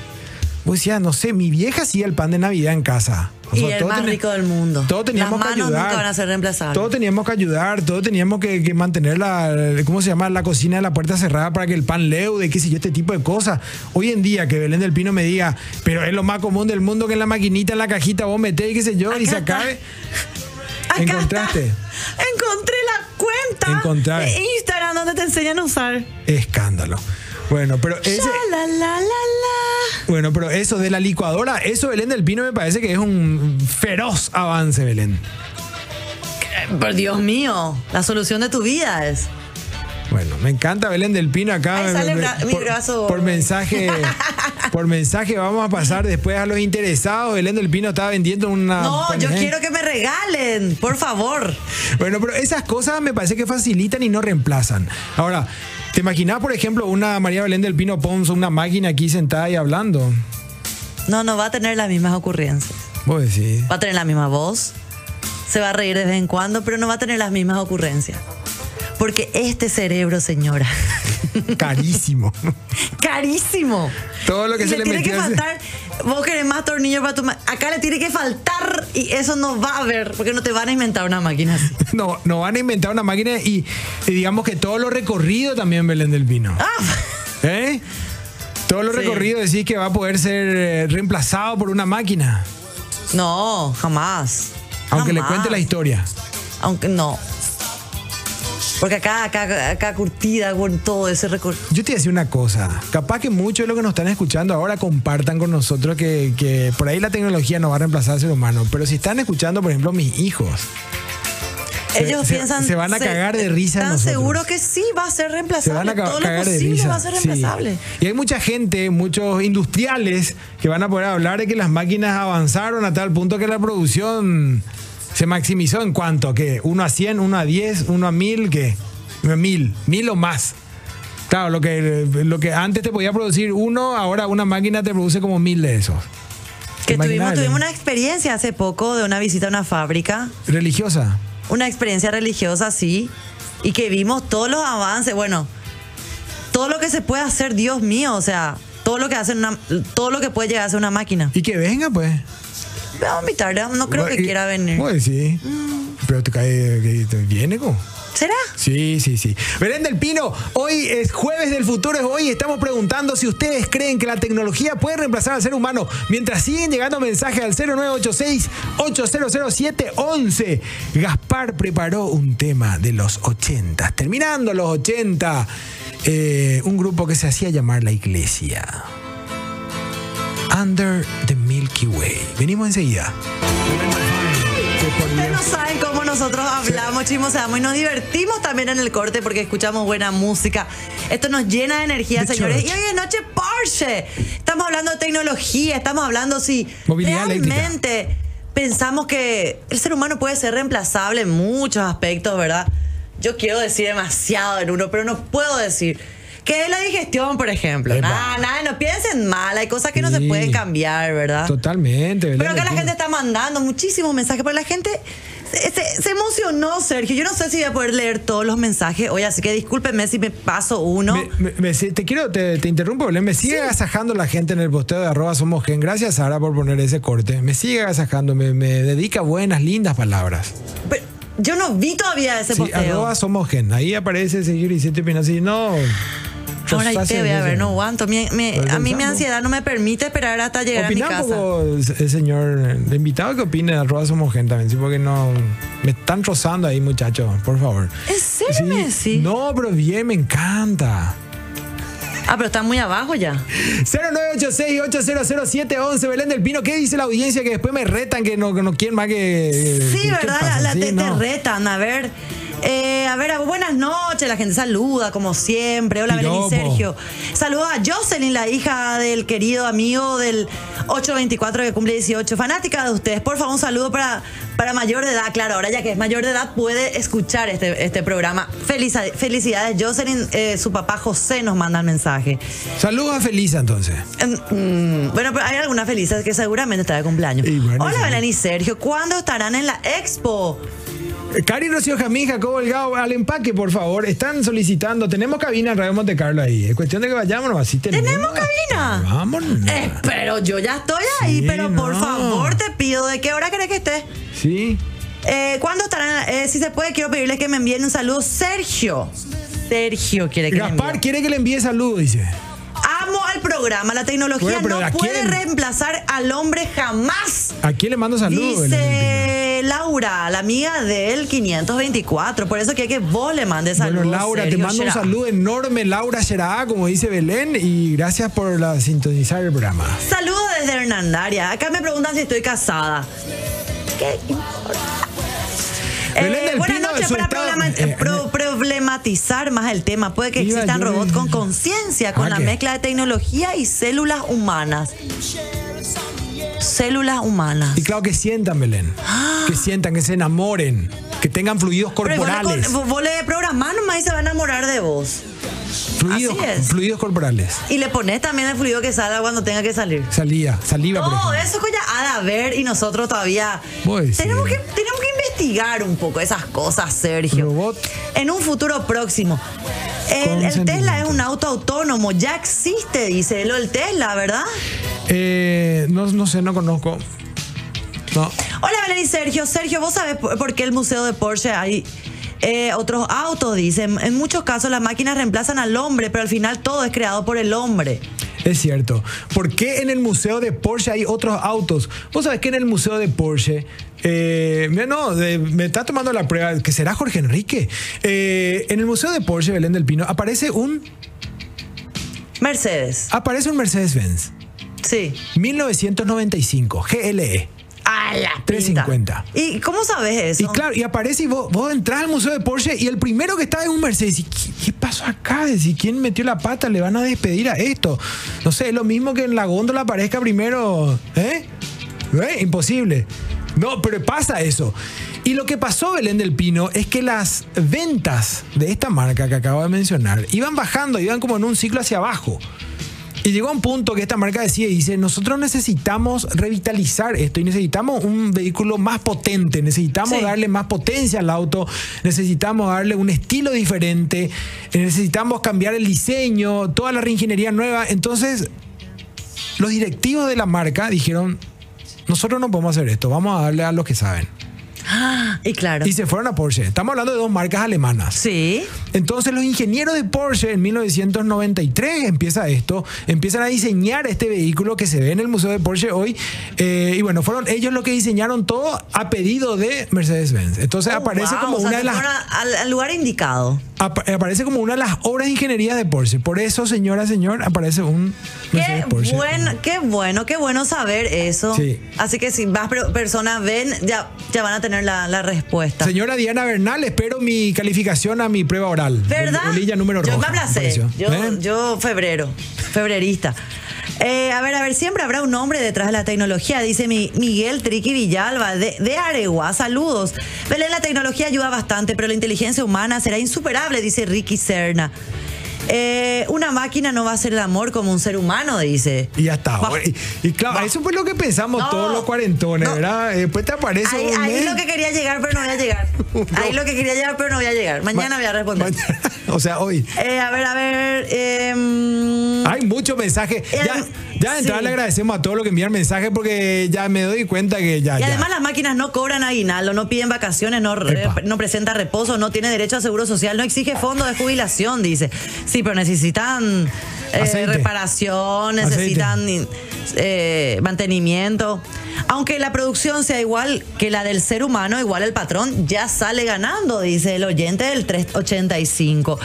Speaker 1: Vos decías, no sé, mi vieja hacía el pan de Navidad en casa. O
Speaker 2: Y
Speaker 1: sea,
Speaker 2: el
Speaker 1: todo
Speaker 2: más
Speaker 1: tenía-
Speaker 2: rico del mundo.
Speaker 1: Todo teníamos
Speaker 2: Las
Speaker 1: que
Speaker 2: manos
Speaker 1: ayudar.
Speaker 2: nunca van a ser reemplazables.
Speaker 1: Todo teníamos que ayudar, todo teníamos que, que mantener la, ¿cómo se llama? La cocina de la puerta cerrada para que el pan leude, qué sé yo, este tipo de cosas. Hoy en día que Belén del Pino me diga, pero es lo más común del mundo que en la maquinita, en la cajita vos metés, qué sé yo, y se
Speaker 2: Acá está.
Speaker 1: acabe.
Speaker 2: Acá
Speaker 1: ¿Encontraste?
Speaker 2: está. Encontré la cuenta
Speaker 1: Encontrar.
Speaker 2: de Instagram donde te enseñan a usar.
Speaker 1: Escándalo. Bueno, pero ese,
Speaker 2: Ya, la, la, la, la.
Speaker 1: bueno, pero eso de la licuadora, eso Belén del Pino me parece que es un feroz avance, Belén.
Speaker 2: Por Dios mío, la solución de tu vida es.
Speaker 1: Bueno, me encanta Belén del Pino acá.
Speaker 2: Ahí
Speaker 1: Me-
Speaker 2: sale
Speaker 1: me-
Speaker 2: bra- mi brazo.
Speaker 1: Por mensaje, por mensaje vamos a pasar después a los interesados. Belén del Pino estaba vendiendo una.
Speaker 2: No, yo
Speaker 1: panejera.
Speaker 2: quiero que me regalen, por favor.
Speaker 1: Bueno, pero esas cosas me parece que facilitan y no reemplazan. Ahora, ¿te imaginas, por ejemplo, una María Belén del Pino Ponzo, una máquina aquí sentada y hablando?
Speaker 2: No, no va a tener las mismas ocurrencias.
Speaker 1: Vos decís.
Speaker 2: Va a tener la misma voz, se va a reír de vez en cuando, pero no va a tener las mismas ocurrencias. Porque este cerebro, señora,
Speaker 1: Carísimo.
Speaker 2: carísimo.
Speaker 1: Todo lo que
Speaker 2: Y
Speaker 1: se le
Speaker 2: tiene que
Speaker 1: metió ese-
Speaker 2: faltar. Vos querés más tornillos para tu ma- Acá le tiene que faltar y eso no va a haber, porque no te van a inventar una máquina así.
Speaker 1: No, no van a inventar una máquina y, y digamos que todo lo recorrido también Belén del
Speaker 2: Ah,
Speaker 1: Pino. ¿Eh? Todo lo
Speaker 2: Sí.
Speaker 1: recorrido decís que va a poder ser eh, reemplazado por una máquina.
Speaker 2: No, jamás.
Speaker 1: Aunque le
Speaker 2: Jamás.
Speaker 1: cuente la historia.
Speaker 2: Aunque no. Porque acá, acá, acá curtida con todo ese recorrido.
Speaker 1: Yo te voy a decir una cosa. Capaz que muchos de los que nos están escuchando ahora compartan con nosotros que, que por ahí la tecnología no va a reemplazar al ser humano. Pero si están escuchando, por ejemplo, mis hijos. Se-
Speaker 2: Ellos
Speaker 1: se-
Speaker 2: piensan.
Speaker 1: se van a cagar de risa en
Speaker 2: Están
Speaker 1: nosotros.
Speaker 2: seguros que sí, va a ser
Speaker 1: se
Speaker 2: reemplazable.
Speaker 1: van a ca-
Speaker 2: todo lo
Speaker 1: cagar de
Speaker 2: posible
Speaker 1: risa.
Speaker 2: va a ser
Speaker 1: Sí.
Speaker 2: reemplazable.
Speaker 1: Y hay mucha gente, muchos industriales que van a poder hablar de que las máquinas avanzaron a tal punto que la producción se maximizó en cuanto que 1 a 100, 1 a 10, 1 a 1000, que 1000, 1000 o más. Claro, lo que, lo que antes te podía producir uno, ahora una máquina te produce como mil de esos.
Speaker 2: Que tuvimos,
Speaker 1: Imaginable.
Speaker 2: tuvimos una experiencia hace poco de una visita a una fábrica.
Speaker 1: Religiosa.
Speaker 2: una experiencia religiosa así y que vimos todos los avances, bueno, todo lo que se puede hacer, Dios mío, o sea, todo lo que hace una, todo lo que puede llegar a hacer una máquina.
Speaker 1: Y que venga, pues.
Speaker 2: Vamos a invitarle, no creo que
Speaker 1: Y-
Speaker 2: quiera venir. Mm.
Speaker 1: Pues sí. Pero te cae, que te viene, como.
Speaker 2: ¿Será?
Speaker 1: Sí, sí, sí. Belén del Pino, hoy es jueves del futuro, es hoy estamos preguntando si ustedes creen que la tecnología puede reemplazar al ser humano. Mientras siguen llegando mensajes al 0986-800711, Gaspar preparó un tema de los 80, terminando los 80, eh, un grupo que se hacía llamar la iglesia. Under the Milky Way. Venimos enseguida. Que por
Speaker 2: Ustedes
Speaker 1: Dios.
Speaker 2: no saben cómo nosotros hablamos, chismoseamos y nos divertimos también en el corte porque escuchamos buena música. Esto nos llena de energía,
Speaker 1: The
Speaker 2: señores.
Speaker 1: Church.
Speaker 2: Y hoy es noche Porsche. Estamos hablando de tecnología, estamos hablando si
Speaker 1: Movilidad eléctrica.
Speaker 2: realmente pensamos que el ser humano puede ser reemplazable en muchos aspectos, ¿verdad? Yo quiero decir demasiado en uno, pero no puedo decir. Que es la digestión, por ejemplo.
Speaker 1: Epa.
Speaker 2: Nada, nada, no piensen mal, hay cosas que no se
Speaker 1: Sí.
Speaker 2: pueden cambiar, ¿verdad?
Speaker 1: Totalmente, Belén
Speaker 2: Pero acá
Speaker 1: del
Speaker 2: la
Speaker 1: Pino.
Speaker 2: gente está mandando muchísimos mensajes, pero la gente Se, se- se emocionó, Sergio. Yo no sé si voy a poder leer todos los mensajes hoy, así que discúlpeme si me paso uno.
Speaker 1: Me- me- me si- te quiero, te, te interrumpo, Belén. Me sigue agasajando la gente en el posteo de arroba somos gen. Gracias, Sara, por poner ese corte. Me sigue agasajando, me, me dedica buenas, lindas palabras.
Speaker 2: Pero yo no vi todavía ese
Speaker 1: Sí,
Speaker 2: posteo.
Speaker 1: arroba somos gen. Ahí aparece seguir y siete opinas así. No. yo
Speaker 2: Ahora ahí
Speaker 1: hace
Speaker 2: te voy a ver,
Speaker 1: meses.
Speaker 2: no aguanto. Mi- me-
Speaker 1: Estoy
Speaker 2: a mí mi
Speaker 1: pensando.
Speaker 2: ansiedad no me permite esperar hasta llegar a mi
Speaker 1: Opina un
Speaker 2: casa.
Speaker 1: poco, el señor el invitado, que opine de arroba somos gen también, sí, porque no. Me están rozando ahí, muchachos, por favor.
Speaker 2: ¿En serio me decís?
Speaker 1: No, pero bien, me encanta.
Speaker 2: Ah, pero está muy abajo ya.
Speaker 1: 0986-800711, Belén del Pino. ¿Qué dice la audiencia que después me retan que no, que no quieren más que.
Speaker 2: Sí,
Speaker 1: que- ¿qué
Speaker 2: ¿verdad?
Speaker 1: pasa?
Speaker 2: La-
Speaker 1: Sí,
Speaker 2: te, te
Speaker 1: no.
Speaker 2: retan, a ver. Eh, a ver, a- buenas noches, la gente saluda como siempre. Hola Belén
Speaker 1: Piropo.
Speaker 2: y Sergio. Saluda a Jocelyn, la hija del querido amigo del 824 que cumple 18, fanática de ustedes. Por favor, un saludo para, para mayor de edad. Claro, ahora ya que es mayor de edad puede escuchar este, este programa. Feliz- felicidades, Jocelyn. Eh, su papá José nos manda el mensaje.
Speaker 1: Saludos a Felisa entonces.
Speaker 2: Mm, Bueno, pero hay algunas felices que seguramente está de cumpleaños.
Speaker 1: Y bueno,
Speaker 2: Hola,
Speaker 1: sí.
Speaker 2: Belén y Sergio. ¿Cuándo estarán en la expo?
Speaker 1: Cari Rocío Jamín, Jacobo Delgado, al empaque, por favor. Están solicitando. Tenemos cabina en Radio Monte Carlo ahí. Es cuestión de que vayamos, no, así tenemos.
Speaker 2: ¿Tenemos cabina?
Speaker 1: Vámonos.
Speaker 2: Eh, pero yo ya estoy ahí,
Speaker 1: Sí,
Speaker 2: pero por
Speaker 1: no.
Speaker 2: favor te pido, ¿de qué hora crees que esté?
Speaker 1: Sí.
Speaker 2: Eh, ¿Cuándo estarán? Eh, si se puede, quiero pedirles que me envíen un saludo. Sergio. Sergio quiere que le
Speaker 1: Gaspar
Speaker 2: envíe.
Speaker 1: quiere que le envíe saludos, dice.
Speaker 2: Amo al programa. La tecnología
Speaker 1: Bueno, pero ¿a
Speaker 2: no puede
Speaker 1: quién?
Speaker 2: reemplazar al hombre jamás.
Speaker 1: ¿A quién le mando saludos? Belén del Pino?
Speaker 2: Dice Laura, la amiga del 524. Por eso quiere que vos le mandes saludos.
Speaker 1: Bueno, Laura, te
Speaker 2: Sergio
Speaker 1: mando un
Speaker 2: Schramm.
Speaker 1: saludo enorme, Laura Sherá, como dice Belén, y gracias por la, sintonizar el programa.
Speaker 2: Saludos desde Hernandaria. Acá me preguntan si estoy casada. ¿Qué importa?
Speaker 1: Belén
Speaker 2: Eh,
Speaker 1: del
Speaker 2: buenas
Speaker 1: Pino,
Speaker 2: noches.
Speaker 1: eso
Speaker 2: Para
Speaker 1: está-
Speaker 2: problema-
Speaker 1: eh,
Speaker 2: pro- problematizar más el tema, puede que
Speaker 1: Iba
Speaker 2: existan
Speaker 1: yo-
Speaker 2: robots con conciencia, con
Speaker 1: Ah,
Speaker 2: la
Speaker 1: ¿qué?
Speaker 2: mezcla de tecnología y células humanas. Células humanas.
Speaker 1: Y claro que sientan, Belén. Que sientan, que se enamoren, que tengan fluidos
Speaker 2: Ah. Pero vos le con-
Speaker 1: corporales.
Speaker 2: vos le programás nomás y se va a enamorar de vos.
Speaker 1: Fluidos,
Speaker 2: así es.
Speaker 1: fluidos corporales.
Speaker 2: Y le pones también el fluido que salga cuando tenga que salir.
Speaker 1: Salía, saliva, por
Speaker 2: Todo
Speaker 1: ejemplo.
Speaker 2: Oh, eso que ya ha de haber y nosotros todavía
Speaker 1: Pues sí.
Speaker 2: tenemos que, tenemos que investigar un poco esas cosas, Sergio.
Speaker 1: Robot.
Speaker 2: En un futuro próximo. El,
Speaker 1: Con
Speaker 2: el Tesla es
Speaker 1: sentimiento.
Speaker 2: un auto autónomo, ya existe, dice lo del Tesla, ¿verdad?
Speaker 1: Eh, no, no sé, no conozco. No.
Speaker 2: Hola, Belén y Sergio. Sergio, ¿vos sabés por por qué el museo de Porsche hay eh, otros autos? Dicen, en muchos casos las máquinas reemplazan al hombre, pero al final todo es creado por el hombre.
Speaker 1: Es cierto. ¿Por qué en el museo de Porsche hay otros autos? Vos sabés que en el museo de Porsche. eh, mira, no, de- me está tomando la prueba, que será Jorge Enrique. Eh, en el museo de Porsche, Belén del Pino, aparece un,
Speaker 2: Mercedes,
Speaker 1: aparece un Mercedes-Benz.
Speaker 2: sí.
Speaker 1: 1995, GLE.
Speaker 2: A la
Speaker 1: 350.
Speaker 2: pinta. ¿Y cómo sabes eso?
Speaker 1: E. Y claro, y aparece y vos, vos entrás al museo de Porsche y el primero que está es un Mercedes. Y, ¿Qué, qué pasó acá? Decís, ¿quién metió la pata? ¿Le van a despedir a esto? No sé, es lo mismo que en la góndola aparezca primero. ¿Eh? ¿Eh? Imposible. No, pero pasa eso. Y lo que pasó, Belén del Pino, es que las ventas de esta marca que acabo de mencionar iban bajando, iban como en un ciclo hacia abajo. Y llegó a un punto que esta marca decide, dice, nosotros necesitamos revitalizar esto y necesitamos un vehículo más potente, necesitamos
Speaker 2: Sí.
Speaker 1: darle más potencia al auto, necesitamos darle un estilo diferente, eh, necesitamos cambiar el diseño, toda la reingeniería nueva. Entonces, los directivos de la marca dijeron, nosotros no podemos hacer esto, vamos a darle a los que saben.
Speaker 2: Y claro.
Speaker 1: Y se fueron a Porsche. Estamos hablando de dos marcas alemanas.
Speaker 2: Sí.
Speaker 1: Entonces los ingenieros de Porsche en 1993 empieza esto, empiezan a diseñar este vehículo que se ve en el Museo de Porsche hoy. Eh, y bueno, fueron ellos los que diseñaron todo a pedido de Mercedes-Benz. Entonces
Speaker 2: Oh,
Speaker 1: aparece
Speaker 2: wow,
Speaker 1: como
Speaker 2: o sea,
Speaker 1: una
Speaker 2: se
Speaker 1: de las
Speaker 2: fueron al, al lugar indicado.
Speaker 1: apa- aparece como una de las obras de ingeniería de Porsche. Por eso, señora, señor, aparece un Mercedes
Speaker 2: Qué
Speaker 1: Porsche.
Speaker 2: bueno, qué bueno, qué bueno saber eso.
Speaker 1: Sí.
Speaker 2: Así que si más per- personas ven, ya, ya van a tener la, la respuesta.
Speaker 1: Señora Diana Bernal, espero mi calificación a mi prueba oral.
Speaker 2: ¿Verdad?
Speaker 1: Bolilla número
Speaker 2: yo
Speaker 1: roja,
Speaker 2: me aplacé.
Speaker 1: apareció.
Speaker 2: Yo,
Speaker 1: ¿Eh?
Speaker 2: yo febrero, febrerista. Eh, a ver, a ver, siempre habrá un hombre detrás de la tecnología, dice mi- Miguel Triqui Villalba, de, de Aregua. Saludos. Belén, la tecnología ayuda bastante, pero la inteligencia humana será insuperable, dice Ricky Serna. eh, una máquina no va a hacer el amor como un ser humano, dice.
Speaker 1: Y ya está.
Speaker 2: Bah.
Speaker 1: Y, y claro,
Speaker 2: Bah.
Speaker 1: eso fue lo que pensamos
Speaker 2: No.
Speaker 1: todos los cuarentones,
Speaker 2: No.
Speaker 1: ¿verdad? Eh, Después te aparece
Speaker 2: Ahí,
Speaker 1: un
Speaker 2: ahí
Speaker 1: mes.
Speaker 2: lo que quería llegar, pero no voy a llegar. Ahí lo que quería llegar, pero no voy a llegar. Mañana
Speaker 1: Ma-
Speaker 2: voy a responder.
Speaker 1: mañana- o sea, hoy.
Speaker 2: Eh, a ver, a ver. em,
Speaker 1: Hay muchos mensajes.
Speaker 2: El-
Speaker 1: Ya, ya de entrada
Speaker 2: sí.
Speaker 1: le agradecemos a todos los que envían mensajes porque ya me doy cuenta que ya.
Speaker 2: Y
Speaker 1: ya.
Speaker 2: además las máquinas no cobran aguinaldo, no piden vacaciones, no, re-
Speaker 1: Epa.
Speaker 2: no presenta reposo, no tiene derecho a seguro social, no exige fondo de jubilación, dice. Sí, pero necesitan eh,
Speaker 1: Aceite.
Speaker 2: reparación, necesitan eh, mantenimiento. Aunque la producción sea igual que la del ser humano, igual el patrón ya sale ganando, dice el oyente del 385.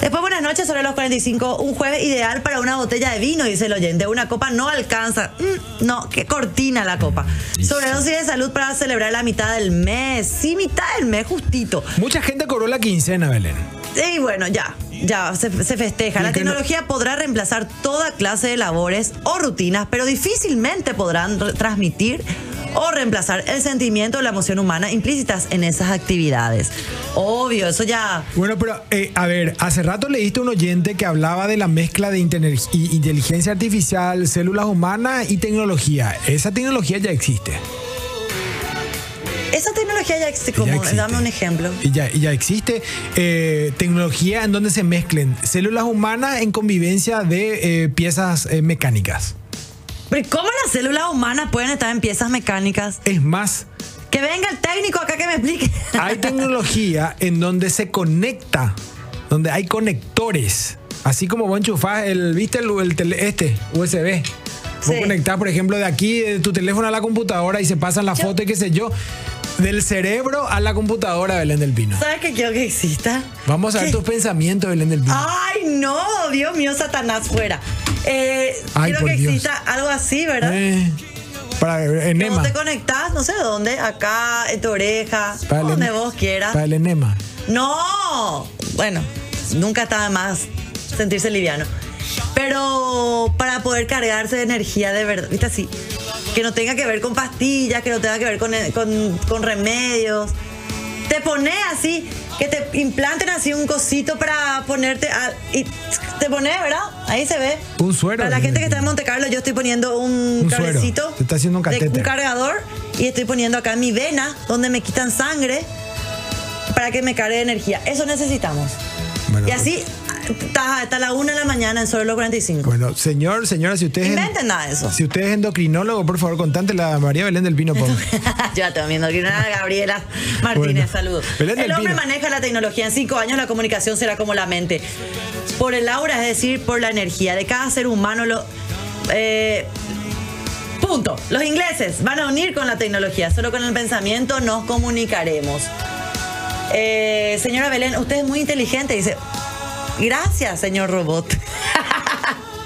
Speaker 2: Después, buenas noches sobre los 45. Un jueves ideal para una botella de vino, dice el oyente. Una copa no alcanza. Mm, no, qué cortina la copa. Sobredosis de salud para celebrar la mitad del mes. Sí, mitad del mes, justito.
Speaker 1: Mucha gente cobró la quincena, Belén.
Speaker 2: Y bueno, ya, ya se, se festeja.
Speaker 1: Y
Speaker 2: La
Speaker 1: que no-
Speaker 2: tecnología podrá reemplazar toda clase de labores o rutinas, pero difícilmente podrán re- transmitir o reemplazar el sentimiento o la emoción humana implícitas en esas actividades. Obvio, eso ya.
Speaker 1: Bueno, pero eh, a ver, hace rato leíste un oyente que hablaba de la mezcla de intener- i- inteligencia artificial, células humanas y tecnología. Esa tecnología ya existe.
Speaker 2: Esa tecnología ya existe.
Speaker 1: Ya
Speaker 2: Como,
Speaker 1: existe.
Speaker 2: dame un ejemplo.
Speaker 1: Y ya, y ya existe eh, tecnología en donde se mezclen células humanas en convivencia de eh, piezas eh, mecánicas.
Speaker 2: Pero ¿y ¿Cómo las células humanas pueden estar en piezas mecánicas?
Speaker 1: Es más,
Speaker 2: Que venga el técnico acá que me explique.
Speaker 1: hay tecnología en donde se conecta, donde hay conectores. Así como vos enchufás el, ¿viste el, el tele- este USB? Vos
Speaker 2: Sí.
Speaker 1: conectás, por ejemplo, de aquí, de tu teléfono a la computadora y se pasan las
Speaker 2: Yo-
Speaker 1: fotos y qué sé yo, del cerebro a la computadora, Belén del Pino.
Speaker 2: ¿Sabes qué quiero que exista?
Speaker 1: Vamos a ver
Speaker 2: ¿Qué?
Speaker 1: tus pensamientos, Belén
Speaker 2: Ah,
Speaker 1: del Pino.
Speaker 2: Ay, no, Dios mío, Satanás fuera. Eh,
Speaker 1: Ay,
Speaker 2: quiero
Speaker 1: por
Speaker 2: que
Speaker 1: Dios.
Speaker 2: exista algo así, ¿verdad?
Speaker 1: Eh, para
Speaker 2: Que vos
Speaker 1: enema.
Speaker 2: te conectás, no sé dónde, acá, en tu oreja,
Speaker 1: Para el
Speaker 2: donde
Speaker 1: ene-
Speaker 2: vos quieras.
Speaker 1: Para el enema.
Speaker 2: No, bueno, nunca está de más sentirse liviano. Pero para poder cargarse de energía de verdad, ¿viste así? Que no tenga que ver con pastillas, que no tenga que ver con, con- con remedios. Te pones así, que te implanten así un cosito para ponerte. a- y te pones, ¿verdad? Ahí se ve.
Speaker 1: Un suero.
Speaker 2: Para la gente que está en Monte Carlo, yo estoy poniendo un,
Speaker 1: Un suero.
Speaker 2: cablecito.
Speaker 1: Te está haciendo un
Speaker 2: de-
Speaker 1: catéter.
Speaker 2: cargador y estoy poniendo acá mi vena, donde me quitan sangre para que me cargue de energía. Eso necesitamos.
Speaker 1: Bueno, pues.
Speaker 2: Y así está hasta la 1 de la mañana en solo los 45.
Speaker 1: Bueno, señor, señora, si usted es.
Speaker 2: Inventen nada de eso.
Speaker 1: Si usted es endocrinólogo, por favor, contántele a María Belén del Pino. por favor.
Speaker 2: Yo ya estoy viendo aquí una Ah, Gabriela Martínez,
Speaker 1: Bueno.
Speaker 2: saludos.
Speaker 1: Belén del
Speaker 2: El hombre
Speaker 1: Pino.
Speaker 2: maneja la tecnología. En cinco años la comunicación será como la mente. Por el aura, es decir, por la energía de cada ser humano. Lo, eh, punto. Los ingleses van a unir con la tecnología. Solo con el pensamiento nos comunicaremos. Eh, señora Belén, usted es muy inteligente. Dice, gracias, señor robot.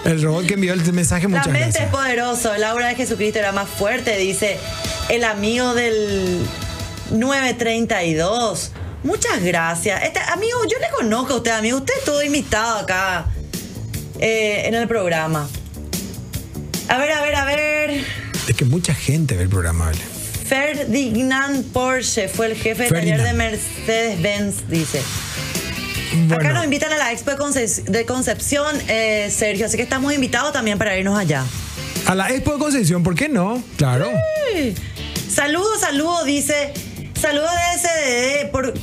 Speaker 1: El robot que envió el mensaje, muchas
Speaker 2: la mente es
Speaker 1: gracias.
Speaker 2: poderoso. La obra de Jesucristo era más fuerte, dice el amigo del 932. Muchas gracias. Este, amigo, yo le conozco a usted, amigo. Usted estuvo invitado acá eh, en el programa. A ver, a ver, a ver.
Speaker 1: Es que mucha gente ve el programa, Belén.
Speaker 2: Ferdinand Porsche fue el jefe de taller de
Speaker 1: Ferdinand.
Speaker 2: Mercedes-Benz, dice. Acá
Speaker 1: Bueno,
Speaker 2: nos invitan a la expo de, Concep- de Concepción, eh, Sergio, así que estamos invitados también para irnos allá.
Speaker 1: a la Expo de Concepción, ¿por qué no? Claro.
Speaker 2: Saludos, saludos, dice. Saludos de SDD. Por,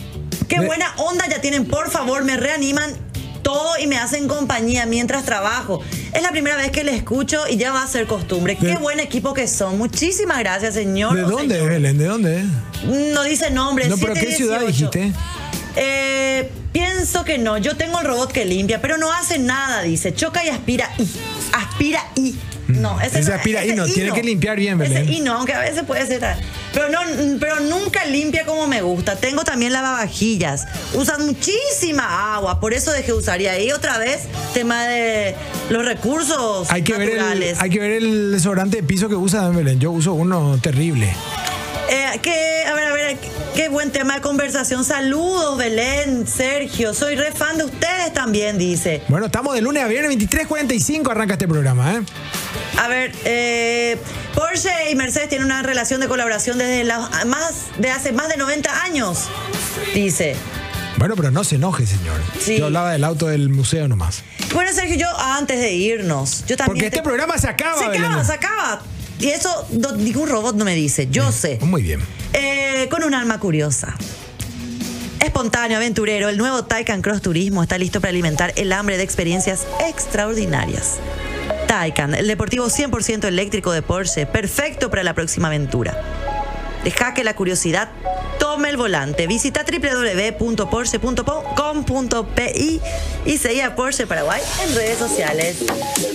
Speaker 2: qué
Speaker 1: Me-
Speaker 2: buena onda ya tienen. Por favor, me reaniman todo y me hacen compañía mientras trabajo. Es la primera vez que le escucho y ya va a ser costumbre.
Speaker 1: ¿De-
Speaker 2: qué buen equipo que son. Muchísimas gracias, señor.
Speaker 1: ¿De
Speaker 2: o
Speaker 1: dónde es,
Speaker 2: señor.
Speaker 1: Belén? ¿De dónde es?
Speaker 2: No dice nombre.
Speaker 1: No, pero ¿qué ciudad
Speaker 2: 718.
Speaker 1: dijiste?
Speaker 2: Eh, pienso que no. Yo tengo el robot que limpia, pero no hace nada, dice. Choca y aspira y. Aspira y. No, ese,
Speaker 1: Mm. Ese
Speaker 2: no-
Speaker 1: aspira y no, tiene que limpiar bien, Belén.
Speaker 2: Ese y no, aunque a veces puede ser. Pero, no, pero nunca limpia como me gusta. Tengo también lavavajillas. Usan muchísima agua, por eso dejé de usar. Y ahí otra vez, tema de los recursos
Speaker 1: Hay que, ver el,
Speaker 2: naturales.
Speaker 1: hay que ver el desodorante de piso que usa Belén. Yo uso uno terrible.
Speaker 2: Eh, que, a ver, a ver, qué buen tema de conversación. Saludos, Belén, Sergio. Soy re fan de ustedes también, dice.
Speaker 1: Bueno, estamos de lunes a viernes, 23.45 arranca este programa, ¿eh?
Speaker 2: A ver, eh, Porsche y Mercedes tienen una relación de colaboración desde la- más de hace más de 90 años, dice.
Speaker 1: Bueno, pero no se enoje, señor.
Speaker 2: Sí.
Speaker 1: Yo hablaba del auto del museo nomás.
Speaker 2: Bueno, Sergio, yo antes de irnos, yo también.
Speaker 1: Porque este programa se acaba,
Speaker 2: Se acaba,
Speaker 1: Belén.
Speaker 2: se acaba. Y eso no- ningún robot no me dice. Yo sé.
Speaker 1: Muy bien.
Speaker 2: Eh, con un alma curiosa. Espontáneo, aventurero, el nuevo Taycan Cross Turismo está listo para alimentar el hambre de experiencias extraordinarias. Taycan, el deportivo 100% eléctrico de Porsche, perfecto para la próxima aventura. Deja que la curiosidad tome el volante. Visita www.porsche.com.pi y seguí a Porsche Paraguay en redes sociales.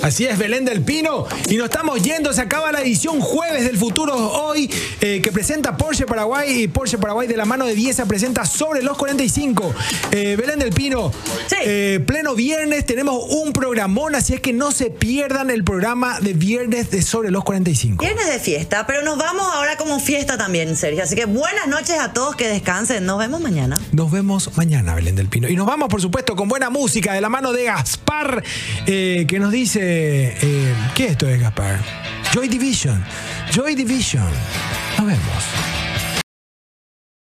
Speaker 1: Así es, Belén del Pino. Y nos estamos yendo. Se acaba la edición jueves del futuro hoy, eh, que presenta Porsche Paraguay. Y Porsche Paraguay de la mano de 10 presenta sobre los 45. Eh, Belén del Pino,
Speaker 2: Sí.
Speaker 1: eh, pleno viernes tenemos un programón, así es que no se pierdan el programa de viernes de sobre los 45.
Speaker 2: Viernes de fiesta, pero nos vamos ahora como fiesta también, Sergio. Así que buenas noches a todos, que descansen. Nos vemos mañana.
Speaker 1: Nos vemos mañana, Belén del Pino. Y nos vamos, por supuesto, con buena música de la mano de Gaspar, eh, que nos dice. eh, ¿Qué esto es, Gaspar? Joy Division. Joy Division. Nos vemos.